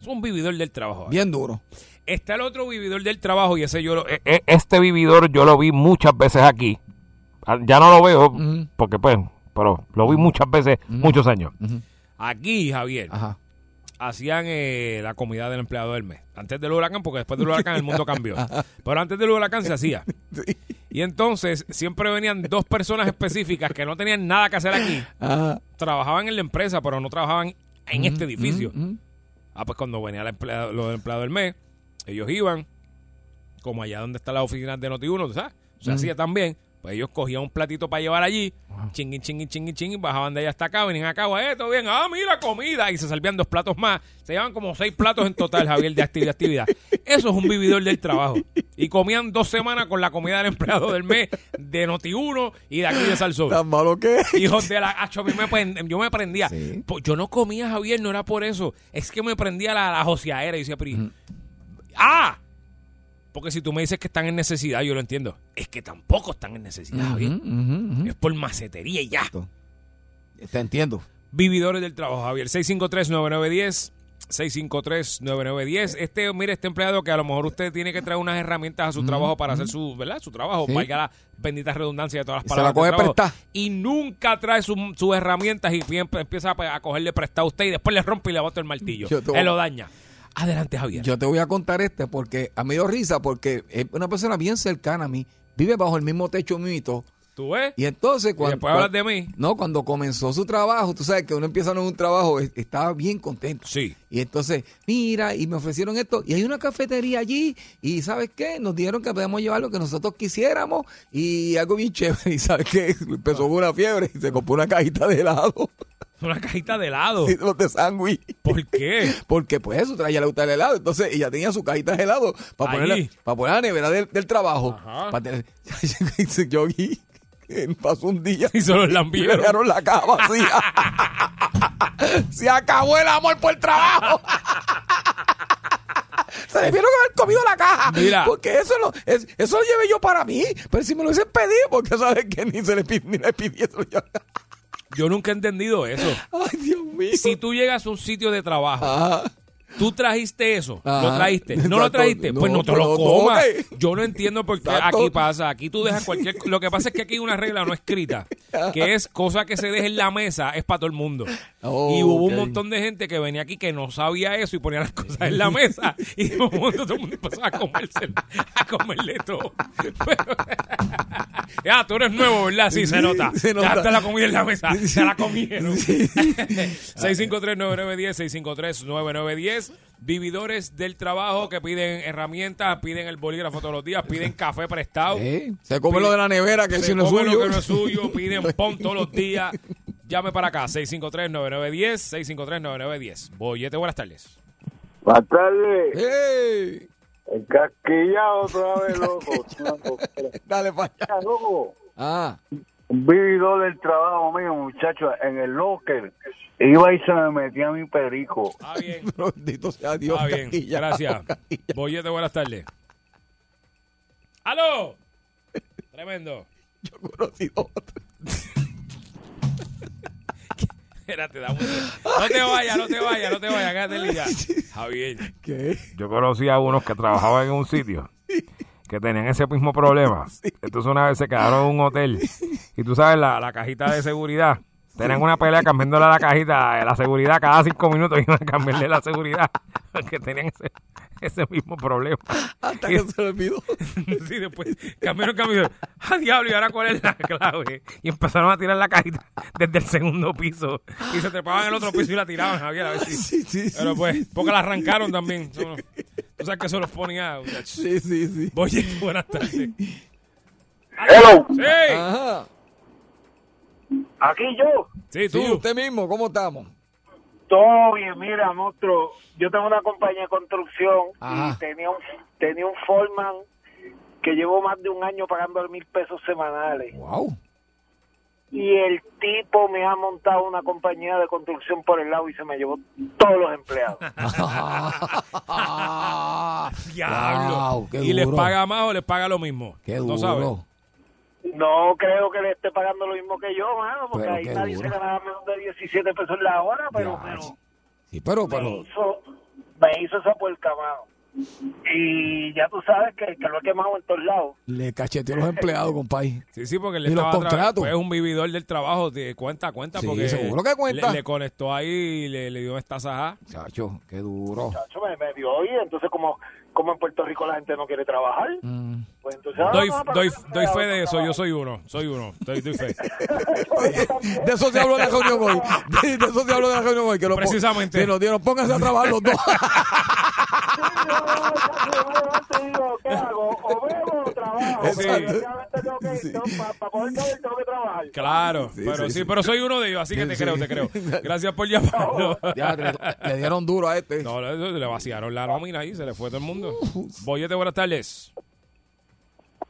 S7: Es un vividor del trabajo.
S3: Bien duro.
S7: Está el otro vividor del trabajo y ese yo lo... e- e- Este vividor yo lo vi muchas veces aquí. Ah, Ya no lo veo,
S3: Ujú.
S6: Porque pues, pero lo vi muchas veces, muchos años.
S7: Aquí, Javier.
S3: Ajá.
S7: hacían eh, la comida del empleado del mes. Antes del huracán, porque después del huracán el mundo cambió. Pero antes del huracán se hacía. Y entonces siempre venían dos personas específicas que no tenían nada que hacer aquí.
S3: Ajá.
S7: Trabajaban en la empresa, pero no trabajaban en este edificio.
S3: Mm, mm.
S7: Ah, pues cuando venía la empleado, lo del empleado del mes, ellos iban, como allá donde están las oficinas de Noti1, ¿tú ¿sabes? Se hacía también. Pues ellos cogían un platito para llevar allí, chingui, chingui, chingui, chingui, bajaban de allá hasta acá, venían acá, eh, todo bien, ah, mira, comida, y se salvían dos platos más. Se llevaban como seis platos en total, Javier, de actividad, actividad. Eso es un vividor del trabajo. Y comían dos semanas con la comida del empleado del mes, de Notiuno y de aquí de Salsón.
S3: Tan malo que es.
S7: Hijos de la... Acho, a mí me prend- yo me prendía. Po- Yo no comía, Javier, no era por eso. Es que me prendía la, la joseadera y decía, "Pri- ¡Ah! Porque si tú me dices que están en necesidad, yo lo entiendo. Es que tampoco están en necesidad, Javier. Es por macetería y ya.
S3: Te entiendo.
S7: Vividores del trabajo, Javier. 653-9910. 653-9910. Este, mire, este empleado que a lo mejor usted tiene que traer unas herramientas a su trabajo para hacer su, ¿verdad? Su trabajo,
S3: Sí.
S7: valga la bendita redundancia de todas las
S3: Y se la
S7: palabras.
S3: coge
S7: del trabajo.
S3: prestada.
S7: Y nunca trae su- sus herramientas y bien- empieza a, a cogerle prestado a usted y después le rompe y le bota el martillo.
S3: Yo te-
S7: Él lo daña. Adelante, Javier.
S3: Yo te voy a contar este porque a mí me dio risa porque es una persona bien cercana a mí, vive bajo el mismo techo mío y todo.
S7: ¿Tú ves?
S3: Y entonces cuando...
S7: después hablas de mí.
S3: No, cuando comenzó su trabajo, tú sabes que uno empieza en un trabajo, es- estaba bien contento.
S7: Sí.
S3: Y entonces, mira, y me ofrecieron esto, y hay una cafetería allí, y ¿sabes qué? Nos dijeron que podemos llevar lo que nosotros quisiéramos, y algo bien chévere, y ¿sabes qué?
S7: Ah.
S3: Empezó con una fiebre, y se compró una cajita de helado,
S7: Una cajita de helado.
S3: y los de sándwich.
S7: Oh. ¿Por qué?
S3: Porque pues eso, traía la gusta del helado. Entonces ella tenía su cajita de helado para
S7: Allí.
S3: poner para poner la nevera del, del trabajo.
S7: Ajá.
S3: Para tener... Dice, Yogi, pasó un día
S7: Y se los
S3: y le
S7: lambieron.
S3: dejaron la caja vacía. Se acabó el amor por el trabajo. Se debieron haber comido la caja.
S7: Mira.
S3: Porque eso lo, es- eso lo llevé yo para mí. Pero si me lo hubiesen pedido, porque sabes que ni se le pid- ni le pidí eso. Yo-
S7: Yo nunca he entendido eso.
S3: Ay, Dios mío.
S7: Si tú llegas a un sitio de trabajo
S3: Ajá.
S7: Tú trajiste eso, lo
S3: Ajá.
S7: trajiste, no
S3: Exacto.
S7: lo trajiste, pues
S3: No,
S7: no te
S3: pero
S7: lo
S3: no
S7: comas.
S3: toques.
S7: Yo no entiendo por qué
S3: Exacto.
S7: aquí pasa. Aquí tú dejas cualquier. Lo que pasa es que aquí hay una regla no escrita, que es cosa que se deje en la mesa es para todo el mundo.
S3: Oh,
S7: y hubo
S3: ok.
S7: un montón de gente que venía aquí que no sabía eso y ponía las cosas en la mesa y de momento todo el mundo empezó a comerse, a comerle todo. Pero- ya, tú eres nuevo, ¿verdad? Sí, se
S3: Sí,
S7: nota.
S3: se nota.
S7: Dejaste la comida en la mesa,
S3: Sí.
S7: se la comieron. 653-9910, 653-9910. Vividores del trabajo que piden herramientas, piden el bolígrafo todos los días, piden café prestado.
S3: Eh, Se come lo de la nevera, que
S7: se
S3: si no es
S7: comen
S3: suyo.
S7: lo que no es suyo, piden pon todos los días. Llame para acá, 653-9910, 653-9910. Bollete, buenas tardes.
S9: Buenas tardes.
S3: Ey,
S9: Encasquillado otra vez, loco.
S3: dale para allá.
S9: Mira, loco.
S3: Ah,
S9: Un vividor del trabajo mío, muchacho, en el locker. Iba y se me metía mi perico.
S7: Está bien,
S3: bendito sea Dios.
S7: está bien.
S3: Caquilla.
S7: Gracias. Bollete, buenas tardes. ¡Aló! Tremendo.
S3: Yo he conocido otro.
S7: Espérate, dame un No te vayas, no te vayas, no te vayas, quédate en línea. Javier.
S3: ¿Qué?
S11: Yo conocí a unos que trabajaban en un sitio que tenían ese mismo problema. Entonces una vez se quedaron en un hotel y tú sabes, la, la cajita de seguridad. Tenían una pelea cambiándole la cajita de la seguridad cada cinco minutos iban a cambiarle la seguridad porque tenían ese, ese mismo problema.
S3: Hasta que se lo olvidó.
S7: Sí, después cambiaron camino. ¡Ah, diablo! ¿Y ahora cuál es la clave? Y empezaron a tirar la cajita desde el segundo piso. Y se trepaban en el otro piso y la tiraban, Javier, a ver si.
S3: Sí, sí, sí.
S7: Pero pues, porque la arrancaron también. Eso no- Tú sabes que eso los ponía.
S3: Sí, sí, sí.
S7: Bollete, buenas tardes.
S9: Hello.
S7: ¡Sí!
S3: Ajá.
S9: Aquí yo.
S7: Sí,
S3: Sí,
S7: tú.
S3: usted mismo, ¿cómo estamos?
S9: Todo bien, mira, monstruo. Yo tengo una compañía de construcción
S3: Ajá.
S9: y tenía un, tenía un foreman que llevo más de un año pagando mil pesos semanales.
S3: Wow.
S9: Y el tipo me ha montado una compañía de construcción por el lado y se me llevó todos los empleados.
S7: ¡Diablo!
S3: Wow, qué
S7: ¿Y les
S3: duro.
S7: paga más o les paga lo mismo?
S3: Qué
S7: No sabes.
S3: duro.
S9: No creo que le esté pagando lo mismo que yo, mano, porque
S3: Pero
S9: ahí
S3: qué
S9: nadie
S3: duro.
S9: se ganaba menos de 17 pesos la hora, pero,
S3: Ya,
S9: pero
S3: sí. Sí, pero,
S9: me,
S3: pero.
S9: hizo, me hizo esa puerca, mano. Y ya tú sabes que, que lo he quemado en todos lados.
S3: Le cacheteó a los empleados, compadre.
S7: Sí, sí, porque él
S3: Y los
S7: estaba tra-
S3: contratos.
S7: pues, es un vividor del trabajo, de cuenta, cuenta,
S3: Sí,
S7: porque
S3: seguro que cuenta.
S7: Le, le conectó ahí y le, le dio esta sajada.
S3: Chacho, qué duro.
S9: Chacho, me, me dio y entonces como, como en Puerto Rico la gente no quiere trabajar,
S3: Mm.
S9: pues entonces... ah,
S7: Doy,
S9: vamos a
S7: doy,
S9: pagar los
S7: doy fe de
S9: empleados
S7: eso,
S9: para
S7: yo soy uno, soy uno, doy, doy fe.
S3: De eso se habló en la reunión hoy. De, de eso se habló en la reunión hoy. Que lo pon-
S7: Precisamente.
S3: Que nos dieron, pónganse a trabajar los dos.
S9: trabajar. Sí, yo, chacho, yo me levanto y digo, ¿Qué hago? ¿O bebo o trabajo?
S3: Exacto.
S9: Porque realmente tengo que
S8: que, para, coger COVID tengo que trabajar.
S7: Claro,
S8: Sí,
S7: pero
S8: sí,
S7: sí,
S8: sí.
S7: pero soy uno de ellos, así que te
S8: Sí,
S7: creo,
S8: sí.
S7: te creo. Gracias por llamarlo.
S3: Ya, le- le dieron duro a este.
S7: No, le, le vaciaron la nómina ahí, se le fue todo el mundo. Boyete, buenas tardes.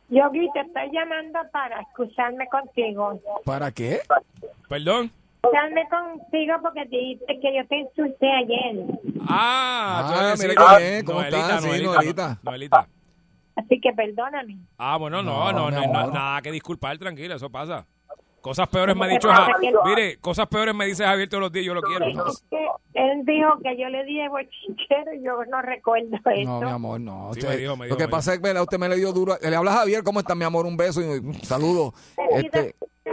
S12: Yogi, te estoy llamando para excusarme contigo.
S3: ¿Para qué?
S7: Perdón.
S12: Excusarme contigo porque dijiste que yo te insulté ayer.
S7: Ah, tú
S3: Ah,
S7: eres
S3: mira
S7: decir-
S3: qué bien, ¿cómo
S7: Noelita,
S3: estás? Sí,
S7: Noelita,
S3: Noelita.
S7: no- Noelita.
S12: Así que perdóname.
S7: Ah, bueno, no, no, no, no, nada que disculpar, tranquila, eso pasa. Cosas peores me ha
S12: Lo que
S7: dicho
S12: pasa
S7: Ja-
S12: es que-
S7: Mire, cosas peores me dice Javier todos los días, yo lo quiero.
S12: Es que él dijo que yo le dije bochinchero y yo no recuerdo eso.
S3: No, mi amor, no.
S7: Sí,
S3: Usted-
S7: me dijo, me
S3: lo
S7: dijo,
S3: que
S7: me
S3: pasa es que ¿verdad? usted me le dio duro. Le habla a Javier, ¿cómo está mi amor? Un beso y un saludo. Este,
S12: A-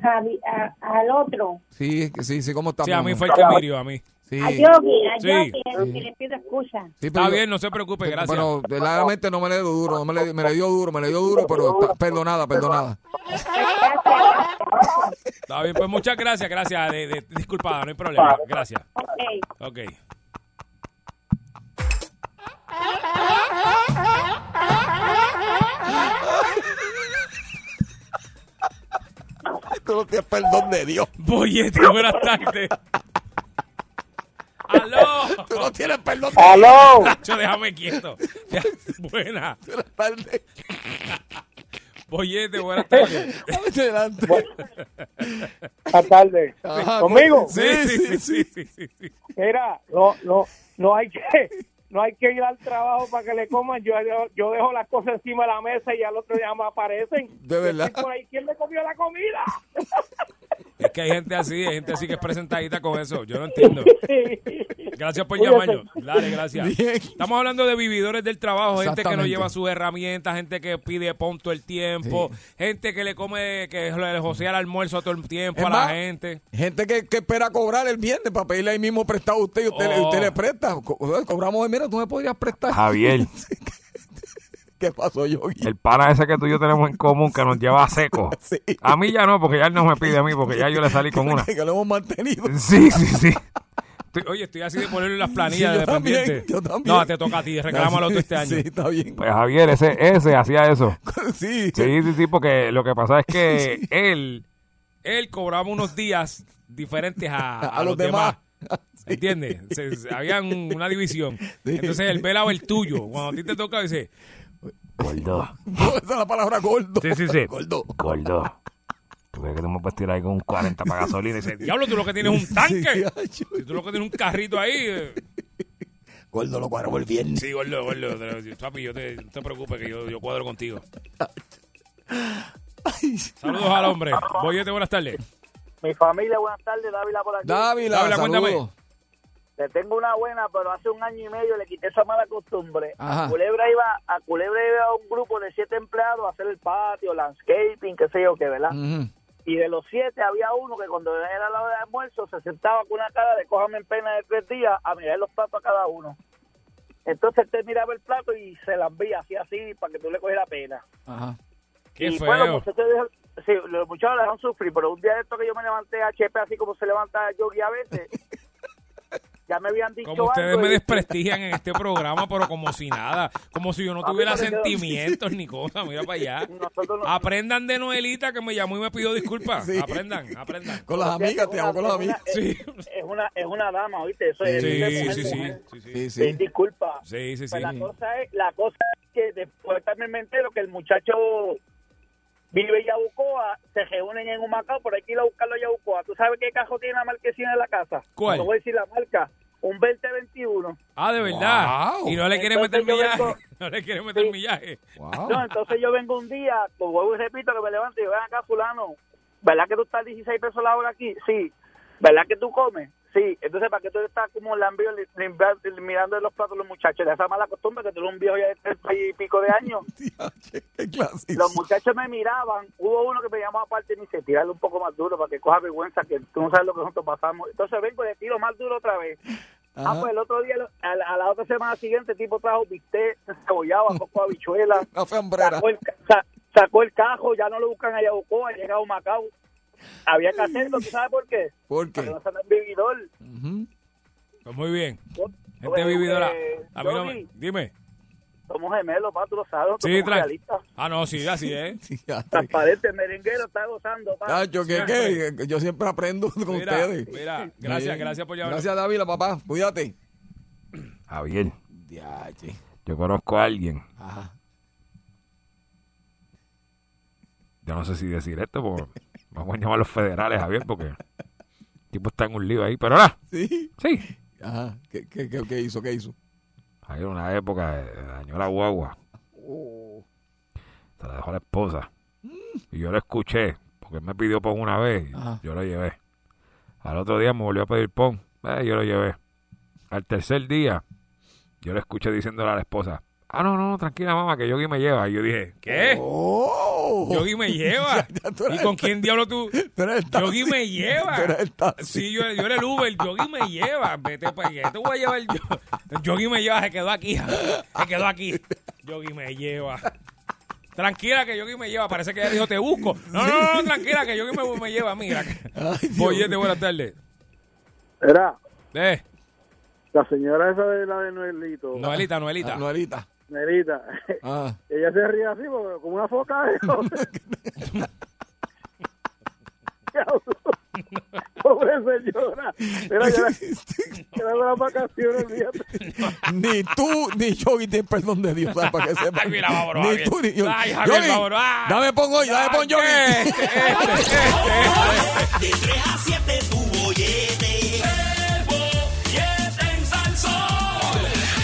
S12: Javi- a- al otro,
S3: sí, sí, sí, ¿cómo está
S7: Sí,
S3: mi
S7: a mí
S3: amor?
S7: fue el que me hirió, a mí.
S3: Sí.
S12: a Yogi, a
S3: Sí.
S12: Yogi, el que le pido excusa.
S3: Sí, pero
S7: Está
S3: yo-
S7: bien, no se preocupe, gracias.
S3: Bueno, verdaderamente no me le dio duro, no me le, me le dio duro, me le dio duro, pero pa- perdonada, perdonada.
S7: Está bien, pues muchas gracias, gracias. De, de- disculpada, no hay problema. Gracias. Ok.
S3: Tú no tienes perdón de Dios.
S7: Boyete, buenas tardes. ¡Aló!
S3: Tú no tienes perdón
S7: ¡Aló! Nacho, déjame quieto. Ya, buena.
S3: Buenas tardes.
S7: Boyete, buenas tardes.
S3: Adelante.
S8: Buenas tardes.
S7: Ajá,
S8: ¿Conmigo?
S7: Sí, sí, sí, sí, sí, sí, sí.
S8: Mira, no, no, no hay que... No hay que ir al trabajo para que le coman. Yo, yo, yo dejo las cosas encima de la mesa y al otro día me aparecen.
S3: De verdad.
S8: Por ahí, ¿quién me comió la comida?
S7: Es que hay gente así, hay gente así que es presentadita con eso. Yo no entiendo. Gracias por
S8: Cuídate.
S7: llamarnos. Dale, gracias. Estamos hablando de vividores del trabajo, gente que no
S3: Exactamente.
S7: lleva sus herramientas, gente que pide punto el tiempo, gente que le come, que le josea el almuerzo todo el tiempo
S3: Es
S7: a la
S3: más,
S7: gente.
S3: Gente que, que espera cobrar el viernes para pedirle ahí mismo prestado a usted y usted, le-
S7: Oh.
S3: usted le presta. Co- cobramos, mira, tú me podrías prestar.
S6: Javier.
S3: ¿Qué pasó, Yogi?
S6: El pana ese que tú y yo tenemos en común que nos lleva a seco. A mí ya no, porque ya él no me pide a mí, porque ya yo le salí con una.
S3: Que lo hemos mantenido.
S6: Sí, sí, sí.
S7: Estoy- oye, estoy así de ponerlo en las
S3: Sí,
S7: planillas
S3: yo
S7: de
S3: también,
S7: dependiente.
S3: yo también.
S7: No, te toca a ti, reclámalo tú este año.
S3: Sí, está bien.
S6: Pues Javier, ese, ese hacía eso.
S3: Sí.
S6: Pues, Sí, sí, sí, porque lo que pasa es que él,
S7: Él cobraba unos días diferentes a,
S3: A
S7: a
S3: los
S7: los demás. ¿Entiendes? Se- se- había un- una división. Entonces él velaba el tuyo. Cuando a ti te toca, dice,
S6: gordo,
S3: Esa es la palabra gordo.
S7: Sí, sí, sí.
S3: Gordo.
S6: gordo, ¿tú crees que tú me puedes tirar ahí con un 40 para gasolina? Y dice,
S7: diablo, tú lo que tienes es un tanque. Si tú lo que tienes es un carrito ahí. eh,
S3: Gordo lo cuadró el viernes.
S7: Sí, gordo, gordo. te- Papi, yo te, no te preocupes que yo, yo cuadro contigo. Saludos al hombre. Boyete, buenas tardes.
S8: Mi familia, buenas tardes, Dávila por aquí.
S3: Dávila,
S7: Dávila,
S3: saludos.
S7: cuéntame.
S8: Le tengo una buena, pero hace un año y medio le quité esa mala costumbre.
S3: Ajá.
S8: A Culebra iba a Culebra iba un grupo de siete empleados a hacer el patio, landscaping, qué sé yo qué, ¿verdad?
S3: Ujú.
S8: Y de los siete había uno que cuando era la hora de almuerzo se sentaba con una cara de cójame en pena de tres días a mirar los platos a cada uno. Entonces él te miraba el plato y se las veía así, así, para que tú le cogieras pena.
S3: Ajá.
S7: Qué
S8: Y bueno,
S7: feo.
S8: los muchachos, dejan- sí, los muchachos la dejaron sufrir, pero un día de esto que yo me levanté HP así como se levanta Yogi a veces, ya me habían dicho
S7: Como ustedes
S8: algo
S7: me
S8: y-
S7: desprestigian en este programa, pero como si nada. Como si yo no
S8: A mí
S7: tuviera
S8: no me quedó-
S7: sentimientos ni cosas. Mira para allá.
S8: Nosotros no-
S7: Aprendan de Noelita que me llamó y me pidió disculpas.
S3: Sí.
S7: Aprendan, aprendan.
S3: Con las amigas, te amo con las
S8: Es una-
S3: amigas.
S8: es-
S7: Sí.
S8: Es una, es una dama, ¿oíste? Eso es, es de
S7: Sí,
S8: mujer,
S7: sí, sí,
S8: mujer.
S7: sí, sí.
S3: Sí,
S8: Sí,
S3: sí.
S8: disculpa.
S7: Sí, sí, sí.
S8: Pero la cosa, es, la cosa es que después también me entero que el muchacho vive en Yabucoa, se reúnen en un macao, por hay que ir a buscarlo a Yabucoa. ¿Tú sabes qué cajo tiene la marquesina en la casa?
S7: ¿Cuál?
S8: No voy a decir la marca, un 2021.
S7: Ah, de verdad.
S3: Wow.
S7: Y no le quiere meter
S8: Entonces yo
S7: millaje.
S8: vengo-
S7: No le quiere meter millaje.
S3: Wow.
S8: No, entonces yo vengo un día, pues vuelvo y repito que me levanto y yo, ven acá fulano, ¿verdad que tú estás 16 pesos la hora aquí? Sí. ¿Verdad que tú comes? Sí. Entonces, ¿para qué tú estás como lambio li- limba- mirando los platos de los muchachos? De esa mala costumbre que tú eres un viejo ya de 30 y pico de años.
S3: Qué clase.
S8: Los muchachos me miraban, hubo uno que me llamó aparte y me dice, tírale un poco más duro para que coja vergüenza, que tú no sabes lo que nosotros pasamos. Entonces vengo y le tiro más duro otra vez.
S3: Ajá.
S8: Ah, pues el otro día, lo- a la, a la otra semana siguiente, el tipo trajo bistec, cebollado, coco habichuela,
S3: Una fiambrera.
S8: sacó el, ca- sa- sacó el cajo, ya no lo buscan a Yabucoa, ha llegado a Macao. Había que hacerlo, ¿tú sabes por qué?
S3: ¿Por
S8: Porque
S3: qué?
S8: no se el vividor.
S3: Ujú.
S7: Pues muy bien.
S8: Yo-
S7: Gente
S8: eh,
S7: vividora. A mí no
S8: Yogi,
S7: me- Dime.
S13: Somos gemelos, pa, tú lo sabes.
S7: Sí,
S13: somos
S7: tran-
S13: realistas.
S7: Ah, no, sí, así es.
S13: Transparente, el merenguero está gozando, pa.
S14: Tacho, que qué, yo siempre aprendo con
S13: Mira,
S14: ustedes.
S13: mira,
S7: gracias,
S14: Sí.
S7: gracias por llamar.
S14: Gracias, Dávila, papá. Cuídate.
S6: Javier,
S14: Diache.
S6: yo conozco a alguien.
S14: Ajá.
S6: Yo no sé si decir esto, porque vamos a llamar a los federales, Javier, porque el tipo está en un lío ahí. Pero ahora,
S14: Sí.
S6: Sí.
S14: Ajá. ¿Qué, qué, qué, qué hizo? ¿Qué hizo?
S6: hay una época, eh, dañó la guagua. Se la dejó a la esposa. Y yo lo escuché, porque él me pidió pon una vez. y
S1: Ajá.
S6: Yo lo llevé. Al otro día me volvió a pedir pon. eh, yo lo llevé. Al tercer día, yo lo escuché diciéndole a la esposa: Ah, no, no, tranquila, mamá, que Yogi me lleva. Y yo dije:
S7: ¿Qué?
S14: Oh.
S7: Yogi me lleva. ¿Y con quién diablo tú? Yogi me lleva. Sí, yo, yo era el Uber. Yogi me lleva. Vete para allá. Te voy a llevar yo. Yogi me lleva. Se quedó aquí. Se quedó aquí. Yogi me lleva. Tranquila que Yogi me lleva. Parece que ella dijo, te busco. No, no, no, tranquila que Yogi me, me lleva. Mira. Bollete, buenas tardes.
S9: Era
S7: Eh,
S9: la señora esa de la de Noelito.
S7: Noelita,
S3: Ah,
S7: Noelita.
S14: Noelita.
S9: Noelita.
S14: Ah.
S9: Ella se ríe así porque- como una foca. ¿no? Pobre señora. Era ya era las vacaciones, olvídate.
S14: ni tú ni Yogi tienen perdón de Dios, ¿sabes? Para que sepan.
S1: Ay, mira, vámonos,
S14: ni
S1: Javier.
S14: tú ni Yogi.
S1: Ay, Javier,
S14: Yogi,
S1: vámonos. Ah.
S14: dame pon hoy, dame pon Yogi.
S7: Este,
S1: De 3 a 7 tu bollete. El bollete en salsón.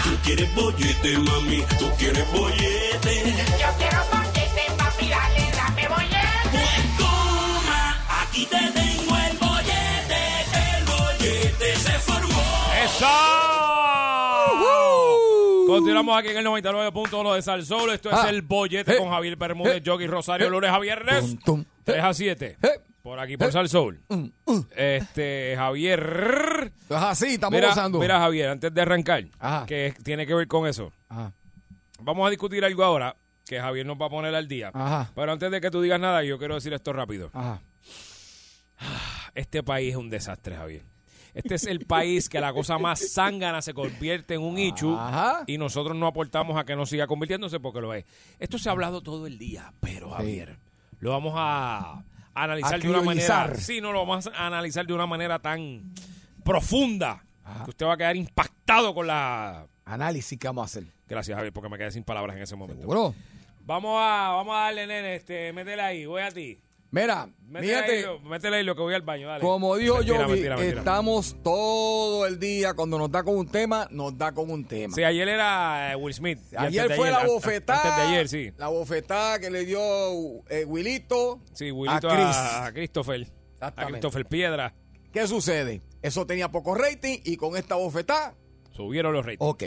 S15: Tú quieres bollete, mami, tú quieres bollete.
S1: Yo quiero bollete, papi, dale, dame bollete. Pues toma, aquí te tengo el bollete. El bollete se formó.
S7: ¡Eso! Continuamos aquí en el 99.1 de Salsol. Esto es
S1: Ah.
S7: el bollete
S1: Eh.
S7: con Javier Bermúdez,
S1: Eh.
S7: Yogi Rosario,
S1: Eh.
S7: lunes a viernes. 3 a 7. Por aquí por Salsol.
S1: mm,
S7: Este, Javier.
S3: Es así, estamos
S7: mira,
S3: gozando.
S7: Mira, Javier, antes de arrancar, que es- tiene que ver con eso. Vamos a discutir algo ahora que Javier nos va a poner al día.
S3: Ajá.
S7: Pero antes de que tú digas nada, yo quiero decir esto rápido.
S1: Ah.
S3: Ajá.
S7: Este país es un desastre, Javier. Este es el país que la cosa más zángana se convierte en un ichu y nosotros no aportamos a que no siga convirtiéndose porque lo es. Esto se ha hablado todo el día, pero Javier, lo vamos a analizar
S3: A
S7: de una manera.
S3: criolizar.
S7: Sí, no lo vamos a analizar de una manera tan profunda que usted va a quedar impactado con la.
S3: Análisis que vamos a hacer.
S7: Gracias, Javier, porque me quedé sin palabras en ese momento.
S3: Seguro.
S7: Vamos a, vamos a darle, nene, este, métele ahí, voy a ti.
S3: Mira,
S7: Métele,
S3: fíjate.
S7: ahí, lo- métele ahí lo que voy al baño, dale.
S3: Como dijo
S7: Mentira,
S3: Yogi,
S7: mentira, mentira.
S3: estamos todo el día cuando nos da con un tema, nos da con un tema.
S7: Sí, ayer era eh, Will Smith. Y antes
S3: Ayer
S7: de
S3: fue la
S7: an-
S3: bofetada.
S7: Antes de ayer, sí.
S3: La bofetada que le dio eh, Wilito.
S7: Sí, Willito
S3: A
S7: a,
S3: Chris.
S7: a Christopher. A
S3: Exactamente.
S7: Christopher Piedra.
S3: ¿Qué sucede? Eso tenía poco rating y con esta bofetada
S7: Subieron los ratings.
S3: Ok.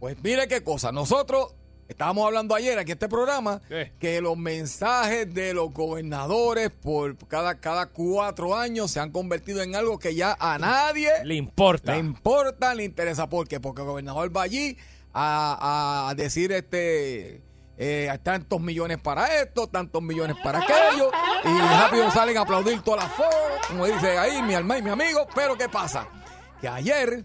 S3: Pues mire qué cosa. Nosotros estábamos hablando ayer aquí en este programa que los mensajes de los gobernadores por cada, cada cuatro años se han convertido en algo que ya a nadie
S7: le importa.
S3: Oh. Le importa, le interesa. ¿Por qué? Porque el gobernador va allí a, a decir este. eh, tantos millones para esto, tantos millones para aquello, y rápido salen a aplaudir todas las fotos, como dice ahí mi alma y mi amigo, pero ¿qué pasa? Que ayer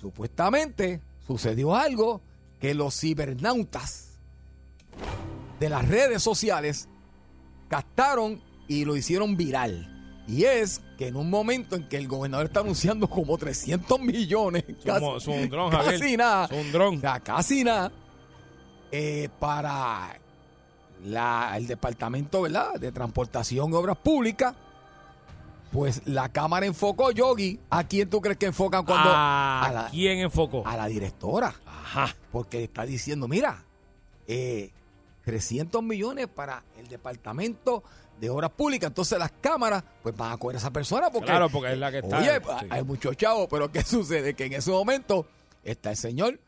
S3: supuestamente sucedió algo que los cibernautas de las redes sociales captaron y lo hicieron viral. Y es que en un momento en que el gobernador está anunciando como 300 millones,
S7: Somos-
S3: casi,
S7: somos un dron,
S3: casi
S7: Javier.
S3: nada,
S7: dron.
S3: o sea, casi nada, eh, para la- el departamento ¿verdad? de transportación y obras públicas, pues la cámara enfocó, Yogi, ¿a quién tú crees que enfocan cuando...
S7: ¿A
S3: a la-
S7: quién enfocó?
S3: a la directora. Porque está diciendo, mira, eh, 300 millones para el departamento de obras públicas. Entonces las cámaras pues van a coger a esa persona porque...
S7: Claro, porque es la que está.
S3: Oye,
S7: sí.
S3: hay muchos chavos, pero ¿qué sucede? Que en ese momento está el señor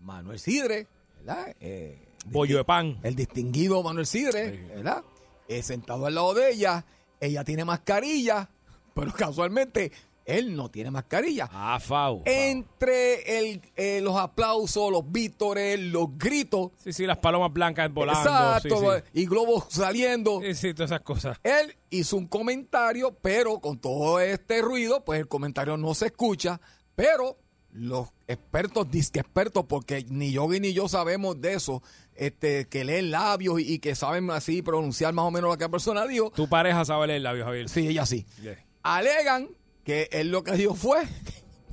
S3: Manuel Sidre, ¿verdad? Eh,
S7: Bollo de pan.
S3: El distinguido Manuel Sidre, ¿verdad? Eh, sentado al lado de ella, ella tiene mascarilla, pero casualmente él no tiene mascarilla.
S7: Ah, Fau.
S3: Entre el, eh, los aplausos, los vítores, los gritos.
S7: Sí, sí, las palomas blancas volando. sí,
S3: Exacto, pues.
S7: sí.
S3: y globos saliendo.
S7: Sí, sí, todas esas cosas.
S3: Él hizo un comentario, pero con todo este ruido, pues el comentario no se escucha. Pero los expertos, disque expertos, porque ni Yogi ni yo sabemos de eso, este, que leen labios y, y que saben así pronunciar más o menos lo que la persona dijo,
S7: Tu pareja sabe leer labios, Javier.
S3: Sí, ella sí.
S7: Yeah.
S3: alegan que él lo que dijo fue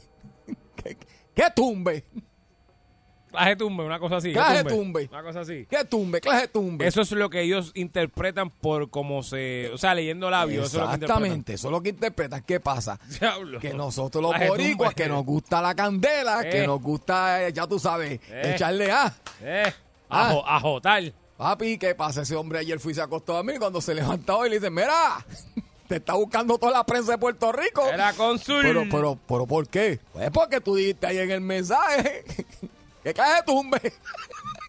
S3: que, que tumbe,
S7: Claje tumbe, una cosa así.
S3: clase tumbe,
S7: Una cosa así.
S3: que tumbe, clase tumbe.
S7: Eso es lo que ellos interpretan por cómo se... O sea, leyendo labios. Eso es lo que interpretan.
S3: Exactamente, eso es lo que interpretas. ¿Qué pasa?
S7: Diablo.
S3: Que nosotros los
S7: Clase tumbe.
S3: boricuas, que nos gusta la candela,
S7: Eh.
S3: que nos gusta, eh, ya tú sabes,
S7: Eh.
S3: echarle a.
S7: Eh,
S3: Ah.
S7: ajo- ajotar.
S3: Papi, ¿qué pasa? Ese hombre ayer fui y se acostó a mí. Cuando se levanta hoy le dicen, mira, te está buscando toda la prensa de Puerto Rico.
S7: Era cónsul.
S3: Pero, pero, pero, ¿por qué? Pues porque tú dijiste ahí en el mensaje que cae de tumbe.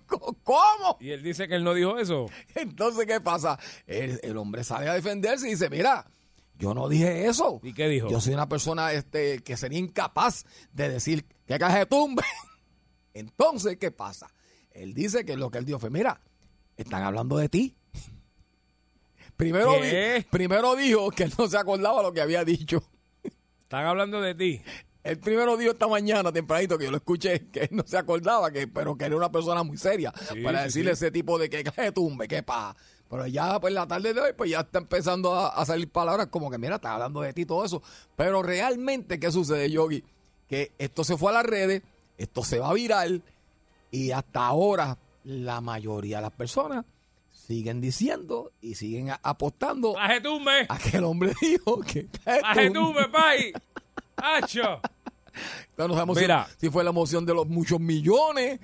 S3: ¿Cómo?
S7: Y él dice que él no dijo eso.
S3: Entonces, ¿qué pasa? El, el hombre sale a defenderse y dice, mira, yo no dije eso.
S7: ¿Y qué dijo?
S3: Yo soy una persona este, que sería incapaz de decir que caje de tumbe. Entonces, ¿qué pasa? Él dice que lo que él dijo fue, mira, están hablando de ti. Primero,
S7: ¿Qué?
S3: di- primero dijo que él no se acordaba lo que había dicho.
S7: Están hablando de ti.
S3: El primero dijo esta mañana, tempranito, que yo lo escuché, que él no se acordaba, que, pero que era una persona muy seria para
S7: sí,
S3: decirle
S7: sí.
S3: ese tipo de que caje de tumbe, que pa. Pero ya, pues la tarde de hoy, pues ya está empezando a, a salir palabras como que, mira, está hablando de ti todo eso. Pero realmente, ¿qué sucede, Yogi? Que esto se fue a las redes, esto se va a viral, y hasta ahora la mayoría de las personas siguen diciendo y siguen a- apostando
S7: Claje tumbe.
S3: a que el hombre dijo que caje
S7: Claje
S3: tumbe.
S7: tumbe, pay. Hacho.
S3: Ya no sabemos si-
S7: Mira.
S3: si, fue la emoción de los muchos millones.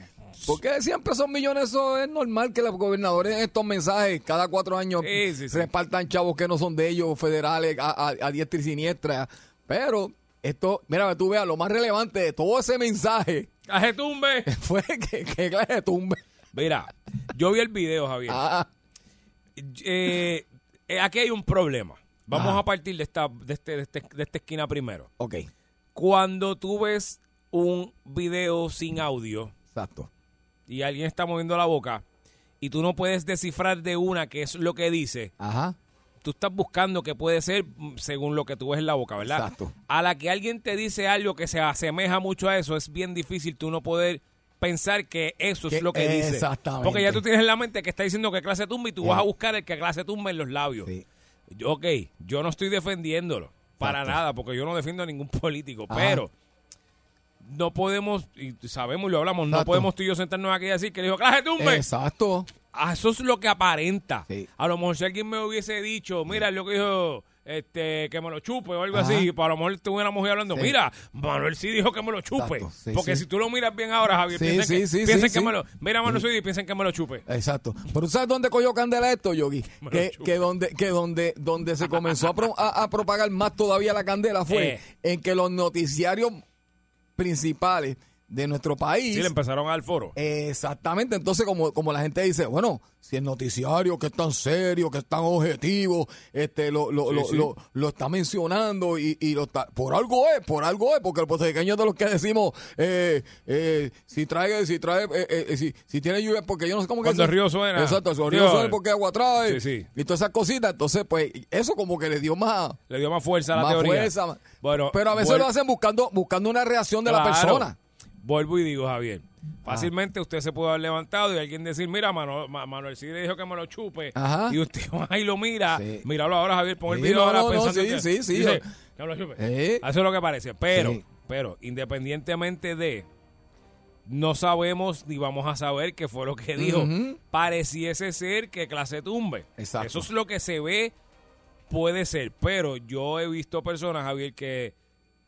S3: Porque siempre son millones, eso es normal que los gobernadores en estos mensajes cada cuatro años
S7: Sí, sí, sí.
S3: repartan chavos que no son de ellos, federales, a, a- a diestra y siniestra. Pero esto, mira, que tú veas, lo más relevante de todo ese mensaje
S7: Claje tumbe.
S3: fue que, que clase de tumbe.
S7: Mira, yo vi el video, Javier.
S3: Ah,
S7: Eh, eh, aquí hay un problema. Vamos
S3: Ajá.
S7: a partir de esta, de, este- de este- de esta esquina primero.
S3: ok,
S7: Cuando tú ves un video sin audio
S3: exacto.
S7: y alguien está moviendo la boca y tú no puedes descifrar de una qué es lo que dice,
S3: Ajá,
S7: tú estás buscando que puede ser mm, según lo que tú ves en la boca, ¿verdad?
S3: exacto.
S7: a la que alguien te dice algo que se asemeja mucho a eso, es bien difícil tú no poder pensar que eso es
S3: Que-
S7: lo que dice.
S3: exactamente.
S7: Porque ya tú tienes en la mente que está diciendo que clase tumba y tú vas a buscar el que clase tumba en los labios.
S3: Sí.
S7: Yo, ok, yo no estoy defendiéndolo para
S3: Exacto.
S7: nada, porque yo no defiendo a ningún político,
S3: Ajá.
S7: pero no podemos, y sabemos y lo hablamos, no
S3: Exacto.
S7: podemos tú y yo sentarnos aquí y decir que le dijo clase tumba.
S3: Exacto.
S7: Ah, Eso es lo que aparenta.
S3: Sí.
S7: A lo mejor si alguien me hubiese dicho, mira lo que dijo, este, que me lo chupe o algo
S3: Ajá.
S7: así, para a lo mejor estuviéramos mujer hablando,
S3: Sí.
S7: mira, Manuel sí dijo que me lo chupe.
S3: Exacto, sí,
S7: Porque
S3: sí.
S7: si tú lo miras bien ahora, Javier,
S3: Sí,
S7: piensan
S3: sí,
S7: que,
S3: sí,
S7: piensan
S3: sí,
S7: que
S3: sí.
S7: me lo, mira a Manuel Sidi y piensan que me lo chupe.
S3: Exacto. Pero ¿sabes dónde cogió candela esto, Yogi?
S7: Me lo
S3: Que,
S7: chupo.
S3: que donde que donde donde se comenzó a, pro- a- a propagar más todavía la candela fue
S7: Eh.
S3: en que los noticiarios principales de nuestro país
S7: Sí, le empezaron al foro.
S3: Exactamente, entonces como, como la gente dice, bueno, si el noticiario que es tan serio, que es tan objetivo, este, lo, lo,
S7: Sí,
S3: lo,
S7: sí.
S3: lo- lo está mencionando y, y lo está, por algo es, por algo es, porque el puertorriqueño es de los que decimos, eh, eh, si trae, si trae, eh, eh, eh, si, si tiene lluvia, porque yo no sé cómo
S7: Cuando
S3: que
S7: el río suena.
S3: Exacto, el río
S7: Dios.
S3: suena porque agua trae.
S7: Sí, sí.
S3: Y todas esas cositas, entonces pues eso como que le dio más,
S7: Le dio más fuerza a la
S3: más
S7: teoría.
S3: fuerza. más-
S7: Bueno,
S3: Pero a veces
S7: vuel-
S3: lo hacen buscando, buscando una reacción de la
S7: Claro.
S3: persona. Ah.
S7: Vuelvo y digo, Javier, fácilmente usted se puede haber levantado y alguien decir, mira, Manuel, Ma- Manuel Cid dijo que me lo chupe.
S3: Ajá.
S7: Y usted va y lo mira.
S3: Sí.
S7: Míralo ahora, Javier, pon el
S3: Sí,
S7: video
S3: no,
S7: ahora
S3: no, no,
S7: pensando
S3: sí,
S7: que-
S3: sí, sí,
S7: dice,
S3: yo-
S7: "Que me lo chupe".
S3: Eh.
S7: Eso es lo que parece. Pero,
S3: Sí.
S7: pero, independientemente de, no sabemos ni vamos a saber qué fue lo que dijo.
S3: Ujú.
S7: Pareciese ser que clase tumbe.
S3: Exacto.
S7: Eso es lo que se ve, puede ser. Pero yo he visto personas, Javier, que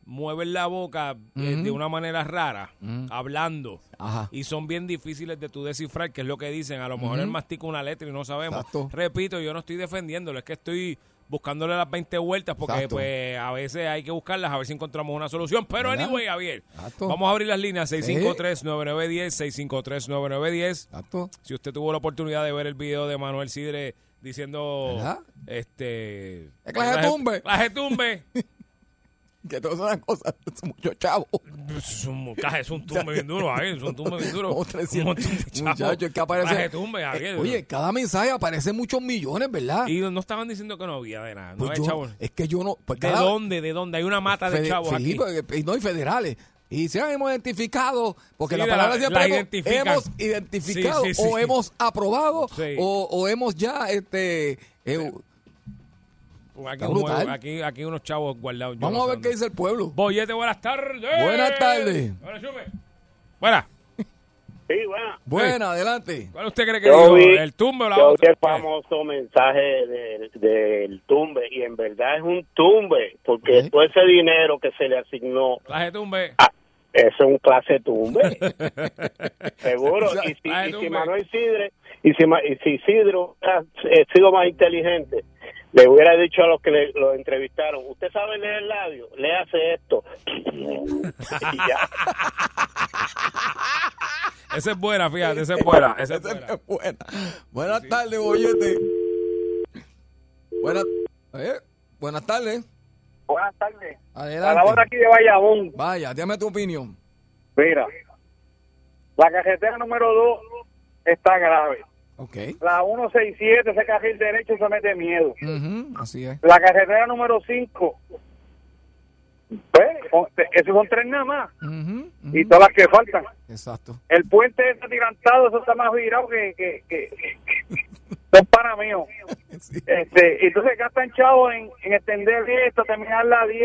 S7: mueven la boca eh, de una manera rara, hablando,
S3: Ajá.
S7: y son bien difíciles de tú descifrar qué es lo que dicen. A lo mejor él mastica una letra y no sabemos.
S3: Exacto.
S7: Repito, yo no estoy defendiéndolo, es que estoy buscándole las 20 vueltas porque
S3: Exacto.
S7: pues a veces hay que buscarlas, a ver si encontramos una solución. Pero
S3: ¿Verdad?
S7: anyway, Javier,
S3: Exacto.
S7: vamos a abrir las líneas 653-9910, 653-9910.
S3: Exacto.
S7: Si usted tuvo la oportunidad de ver el video de Manuel Sidre diciendo
S3: ¿Verdad?
S7: este
S3: Que clase tumbe.
S7: clase tumbe
S3: que todas esas cosas son muchos chavos.
S7: es un, clase, es un tumbe bien duro Javier, es un tumbe bien duro
S3: Como
S7: Un
S3: 300
S7: montón de chavos.
S3: muchachos que aparecen.
S7: Clase tumbe Javier.
S3: Eh, Oye, cada mensaje aparecen muchos millones, ¿verdad?
S7: y no estaban diciendo que no había de nada no
S3: Pues
S7: había
S3: yo-
S7: chavos
S3: es que yo no. pues
S7: de
S3: cada-
S7: dónde de dónde hay una mata de
S3: Fede-
S7: chavos
S3: sí,
S7: aquí
S3: pues, eh, no, y federales. Y se hemos identificado, porque
S14: Sí,
S3: la
S14: la-
S3: palabra
S14: la
S3: siempre hemos-
S14: identifican.
S3: hemos identificado
S14: Sí, sí,
S3: o
S14: sí.
S3: hemos aprobado
S7: Sí.
S3: o, o hemos ya este eh,
S7: Aquí,
S3: Está brutal.
S7: aquí, aquí unos chavos guardados. yo
S3: vamos
S7: no
S3: a
S7: sé
S3: ver qué dice el pueblo.
S7: Bollete, buenas tardes.
S3: Buenas tardes.
S7: Ahora, chupe. Buenas.
S9: Sí, buenas.
S3: Buena, adelante.
S7: ¿Cuál usted cree que
S13: Yo
S7: dijo?
S13: vi,
S7: ¿El tumbe o la
S13: yo vi
S7: otra?
S13: el famoso mensaje del, del tumbe y en verdad es un tumbe porque todo ese dinero que se le asignó
S7: Clase tumbe.
S13: es un clase tumbe. Seguro. Y si,
S7: Clase
S13: y si
S7: tumbe.
S13: Manuel Sidre, y si, Ma- y si Isidro hubiera eh, sido más inteligente, le hubiera dicho a los que le, lo entrevistaron, usted sabe leer el labio, le hace esto. Y ya.
S7: Esa es buena, fíjate, esa es buena. Esa es
S3: Esa
S7: buena.
S3: es buena. Buenas tardes, bollete. Buenas, eh, buenas tardes.
S9: Buenas tardes.
S3: Adelante.
S9: A la hora aquí de Bayamón.
S3: Vaya, dame tu opinión.
S9: Mira, la carretera número 2 está grave.
S3: Ok.
S9: La 167, ese carril derecho, se mete miedo.
S3: Ujú, así es.
S9: La carretera número 5, pues, con- esos son tres nada más. Y todas las que faltan.
S3: Exacto.
S9: El puente está atirantado, eso está más virado que, que, que, que- son para mío. Este, entonces gastan chavos en, en extender esto, terminar la 10.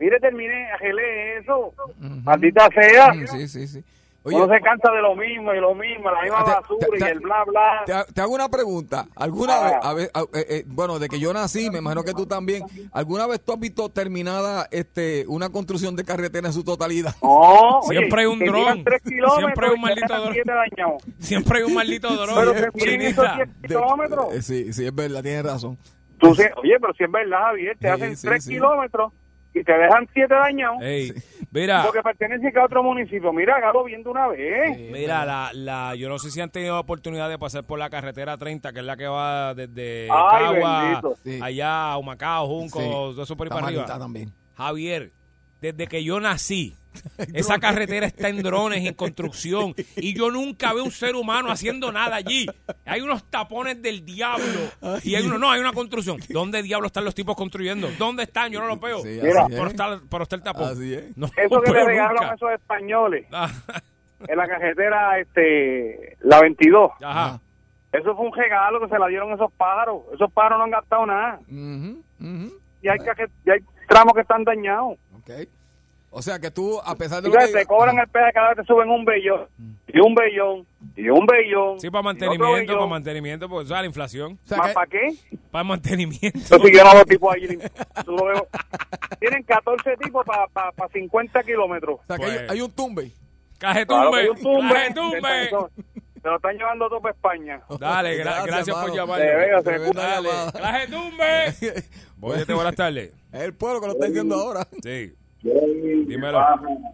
S9: Mire, terminé, arreglé eso. Maldita sea.
S3: Mm, Sí, sí, sí.
S9: Uno se cansa de lo mismo y lo mismo, la
S7: Ah,
S9: misma basura y el bla bla.
S3: Te, ha- te hago una pregunta. ¿Alguna
S9: Ah.
S3: vez, a ver, a- eh, eh, bueno, de que yo nací, me imagino que tú también, ¿alguna vez tú has visto terminada este una construcción de carretera en su totalidad?
S9: No, oye,
S7: Siempre hay un
S9: que
S7: dron.
S9: llegan tres kilómetros
S7: Siempre hay un
S9: y
S7: maldito
S9: quedan
S7: dron.
S9: siete dañados.
S7: Siempre hay un maldito dolor.
S9: Pero se miden esos
S7: Chinita.
S9: 10 kilómetros.
S3: Eh, Sí, sí, es verdad, tienes razón.
S9: Tú se- oye, pero si es verdad, Javier, te
S3: Sí,
S9: hacen
S3: sí,
S9: 3
S3: sí.
S9: kilómetros y te dejan 7 dañados.
S7: Ey, mira,
S9: Porque pertenece a otro municipio. Mira, hágalo viendo una vez. ¿eh?
S7: mira la, la, yo no sé si han tenido oportunidad de pasar por la carretera 30, que es la que va desde
S9: Ay,
S7: Cagua,
S9: bendito.
S7: allá a Humacao, Junco,
S3: Sí.
S7: todo eso por ahí para arriba.
S3: malita también.
S7: Javier, desde que yo nací, esa carretera está en drones, en construcción, y yo nunca veo un ser humano haciendo nada allí. Hay unos tapones del diablo, y hay uno, no, hay una construcción. ¿Dónde diablo están los tipos construyendo? ¿Dónde están? Yo no los veo.
S3: Sí, así
S9: Mira.
S3: es.
S7: Pero está, pero está el tapón.
S3: Así es.
S7: No
S9: Eso
S7: los
S9: que le
S7: veo
S9: regalaron
S7: nunca.
S9: a esos españoles
S7: Ah,
S9: en la carretera este la 22.
S7: Ajá.
S9: Eso fue un regalo que se la dieron esos pájaros. Esos pájaros no han gastado nada.
S3: Ujú, ujú,
S9: Y hay, caje- y hay tramos que están dañados.
S3: ok. O sea que tú, a pesar de lo
S9: Fíjate,
S3: que...
S9: te cobran el peaje cada vez te suben un bellón. Y un bellón. Y un bellón.
S7: Sí, para
S9: Y otro
S7: mantenimiento,
S9: bellón.
S7: para mantenimiento, porque ¿sabes? la inflación.
S3: o sea
S9: ¿Más
S3: que-
S9: para qué?
S7: Para mantenimiento.
S9: Entonces yo no veo tipo allí. Tú lo veo. Tienen 14 tipos para 50 kilómetros.
S3: o sea que hay,
S7: Pues.
S3: hay un tumbe.
S9: Claro que hay
S7: Cajetumbe.
S9: un tumbe.
S7: Cajetumbe.
S9: Se lo están llevando todo para España.
S7: Dale, gra- gracias, por
S3: mano.
S7: llamar.
S9: De veras, se
S3: Tremenda
S7: Dale.
S3: llamada.
S7: Cajetumbe. Oye, te buenas tardes.
S3: Es el pueblo que lo está diciendo ahora.
S7: Sí. Dímelo.
S16: Dímelo.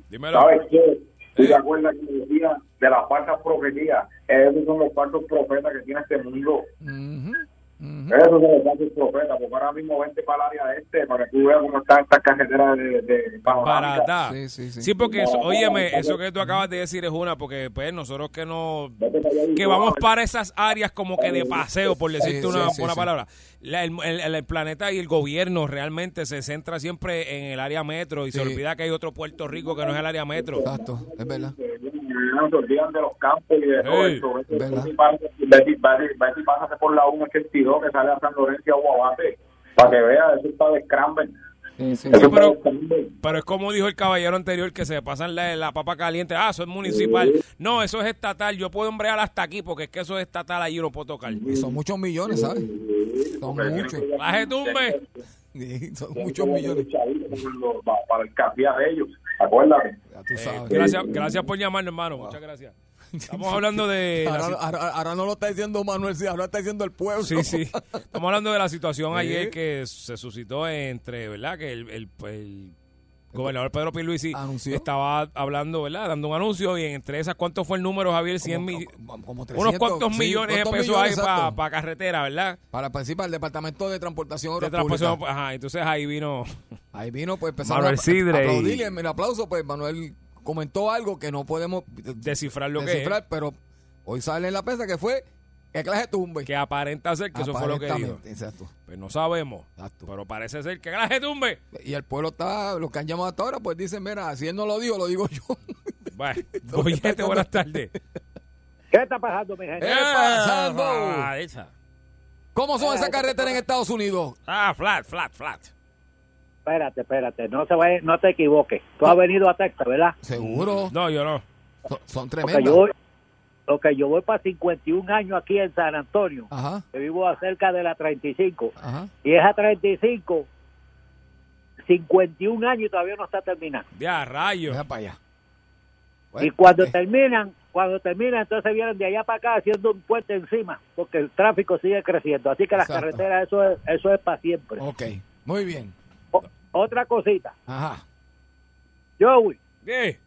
S7: Dímelo.
S16: ¿Sabes qué? ¿Tú te acuerdas que decía de las falsas profecías? Esos son los falsos profetas que tiene este mundo.
S3: Ujú, ujú.
S16: Esos son los falsos profetas. Porque ahora mismo vente para el área este para que tú veas cómo están estas carreteras de, de panorámicas.
S7: Barata.
S3: Sí, sí, sí.
S7: Sí, porque, eso, óyeme, eso que tú acabas de decir es una, porque pues nosotros que no,
S16: Vete para allá y
S7: que
S16: tú
S7: vamos
S16: vas a ver.
S7: para esas áreas como que de paseo, por decirte
S3: Sí,
S7: una,
S3: sí, sí,
S7: una
S3: sí.
S7: palabra. La- el, el- el planeta y el gobierno realmente se centra siempre en el área metro y se
S3: Sí.
S7: olvida que hay otro Puerto Rico que no es el área metro.
S3: Exacto, es verdad.
S16: No se olvidan de los campos y de todo
S7: Ey,
S16: eso. Vete,
S3: ¿verdad?
S16: vete y pasa- vete y- vete- vete y pásate por la 182 que sale a San Lorenzo y a Guabate para que veas, eso está de Scramble. Eso está
S7: pero-
S16: de Scramble.
S7: Pero es como dijo el caballero anterior que se pasan la, la papa caliente. Ah, eso es municipal. No, eso es estatal. Yo puedo hombrear hasta aquí porque es que eso es estatal. Allí no puedo tocar.
S3: Y son muchos millones, ¿sabes? Son muchos.
S7: Baje tumbe.
S3: Sí, Son
S16: Tienen
S3: muchos
S16: que
S3: millones.
S16: tener chavitos para los- para- Para el café de ellos, acuérdate.
S3: Ya tú
S7: Eh,
S3: sabes.
S7: gracias, gracias por llamarnos, hermano. Muchas gracias. Estamos hablando de. la
S3: Ahora,
S7: si-
S3: ahora- ahora no lo está diciendo Manuel, sí, ahora está diciendo el pueblo.
S7: Sí, sí. Estamos hablando de la situación
S3: Sí.
S7: ayer que se suscitó entre, ¿verdad? Que el, el- el gobernador Pedro Pierluisi
S3: Anunció.
S7: estaba hablando, ¿verdad? Dando un anuncio y entre esas, ¿cuánto fue el número, Javier? 100
S3: Como-
S7: mil-
S3: como- como
S7: Unos
S3: 300,
S7: cuantos
S3: sí,
S7: millones de
S3: ¿cuántos
S7: pesos
S3: millones,
S7: hay para
S3: exacto?
S7: carretera, ¿verdad?
S3: Para participar del Departamento de Transportación
S7: De
S3: Obras
S7: transportación,
S3: Públicas.
S7: ajá, entonces ahí vino.
S3: Ahí vino, pues empezaron
S6: Manuel
S3: a-
S6: Sidre
S3: a
S6: y-
S3: aplaudirle. En el aplauso, pues Manuel comentó algo que no podemos
S7: Descifrar lo que
S3: descifrar, pero hoy sale en la prensa que fue Que clase tumbe.
S7: Que aparenta ser que eso fue lo que dijo.
S3: Aparentemente, exacto.
S7: Pues no sabemos. Pero parece ser que clase tumbe.
S3: Y el pueblo está, los que han llamado hasta ahora, pues dicen, mira, si él no lo digo, lo digo yo.
S7: Bueno, Bollete, buenas tardes.
S17: ¿Qué está pasando, mi gente?
S7: ¡Eh,
S3: ¿Qué pasando?
S7: Ah, esa.
S3: ¿Cómo son
S17: Ah,
S3: esas
S17: esa
S3: carreteras en Estados Unidos?
S7: Ah, flat, flat, flat.
S17: Espérate, espérate, no, se vaya- no te equivoques. Tú has venido a Texas, ¿verdad?
S3: Seguro.
S7: No, yo no.
S3: Son, son
S17: Porque
S3: tremendas.
S17: yo, voy- porque yo voy para 51 años aquí en San Antonio.
S3: Ajá.
S17: que vivo cerca de la 35.
S3: Ajá.
S17: Y esa 35, 51 años y todavía no está terminada.
S7: Ya, rayos.
S3: Deja para allá.
S17: y cuando
S3: eh.
S17: terminan, cuando terminan, entonces vienen de allá para acá haciendo un puente encima, porque el tráfico sigue creciendo. Así que las
S3: Exacto.
S17: carreteras, eso es, eso es para siempre.
S3: Ok, muy bien.
S17: Otra cosita,
S3: Ajá.
S17: Joey,
S7: ¿Qué?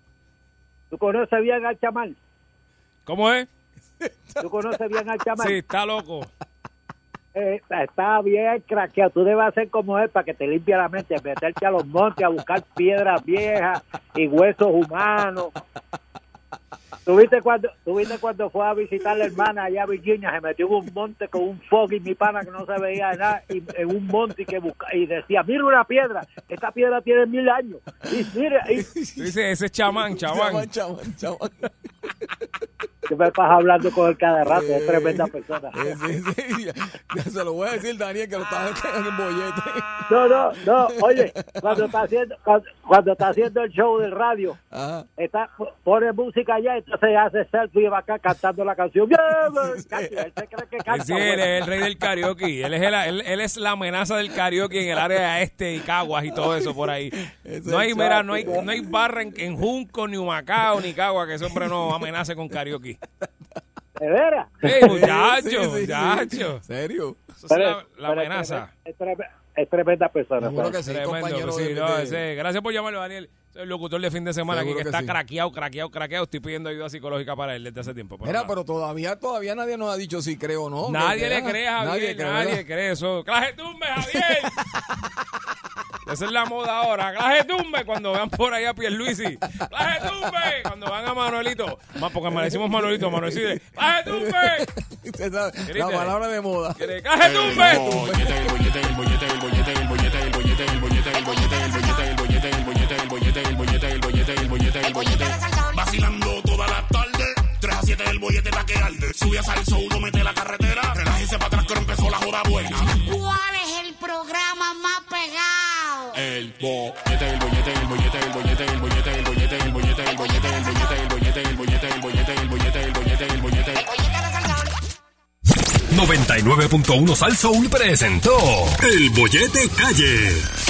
S17: ¿tú conoces bien al chamal?
S7: ¿Cómo es?
S17: ¿Tú conoces bien al chamal?
S7: Sí, está loco.
S17: Eh, está bien craqueado. Tú debes hacer como él para que te limpie la mente, meterte a los montes a buscar piedras viejas y huesos humanos. ¿Tuviste cuando, tuviste cuando fue a visitar la hermana allá a Virginia? Se metió en un monte con un fog y mi pana que no se veía de nada, y, en un monte y, que busca, y decía, mira una piedra, esta piedra tiene mil años. Y mira, y,
S7: Tú dices, ese es chamán, chamán.
S3: Chamán, chamán.
S17: tú me vas hablando con él cada rato, es tremenda persona.
S3: Eh, sí, sí, ya- ya se lo voy a decir, Daniel, que lo
S17: Ah.
S3: estaba quedando en bollete.
S17: No, no, no, oye, cuando está haciendo, cuando, cuando está haciendo el show del radio,
S3: Ah,
S17: está pone música allá, entonces hace selfie y va acá cantando la canción. Él se cree que canta.
S7: Pues Sí, él es el rey del karaoke. Él es, el- él- él es la amenaza del karaoke en el área este y Caguas y todo eso por ahí. No hay, mira, no hay, no hay barra en, en Junco, ni Humacao, ni Caguas que ese hombre no amenace con karaoke.
S17: ¿De veras?
S7: Ey, Eh, muchacho,
S3: Sí, sí, sí.
S7: muchacho.
S3: ¿En serio?
S7: Eso es
S17: Pero-
S7: la, la
S17: pero
S7: amenaza.
S17: Es, treme- es tremenda persona.
S3: Seguro que sí,
S7: Tremendo,
S3: compañero.
S7: sí,
S3: de-
S7: no,
S3: de-
S7: ese- gracias por llamarlo, Daniel. Soy el locutor de fin de semana aquí
S3: Seguro
S7: que,
S3: que
S7: está
S3: sí.
S7: craqueado, craqueado, craqueado. Estoy pidiendo ayuda psicológica para él desde hace tiempo. pero
S3: Mira,
S7: nada.
S3: pero todavía, todavía nadie nos ha dicho si creo o no.
S7: Nadie
S3: ¿verdad?
S7: le cree, a Javier. Nadie,
S3: ¿verdad?
S7: cree eso. ¡Claje tumbe, Javier! Esa es la moda ahora. ¡Claje tumbe! Cuando vean por ahí a Pierluisi. ¡Claje tumbe! Cuando van a Manuelito. Más porque amanecimos Manuelito. Manuel dice ¡Claje tumbe!
S3: Usted sabe, La
S7: Grítale.
S3: palabra de moda.
S7: ¡Que ¡Claje tumbe!
S1: Vacilando toda la tarde, 3 a 7 del bollete pa' que arde. Sube a salso, uno mete la carretera, relájese para atrás que ahora empezó la joda buena.
S2: ¿Cuál es el programa más pegado?
S1: El bollete, el bollete, el bollete, el bollete, el bollete, el bollete, el bollete, el bollete, el bollete, el bollete, el bollete, el bollete, el bollete, el bollete, el bollete.
S15: 99.1 Sal Soul presentó El Bollete Calle.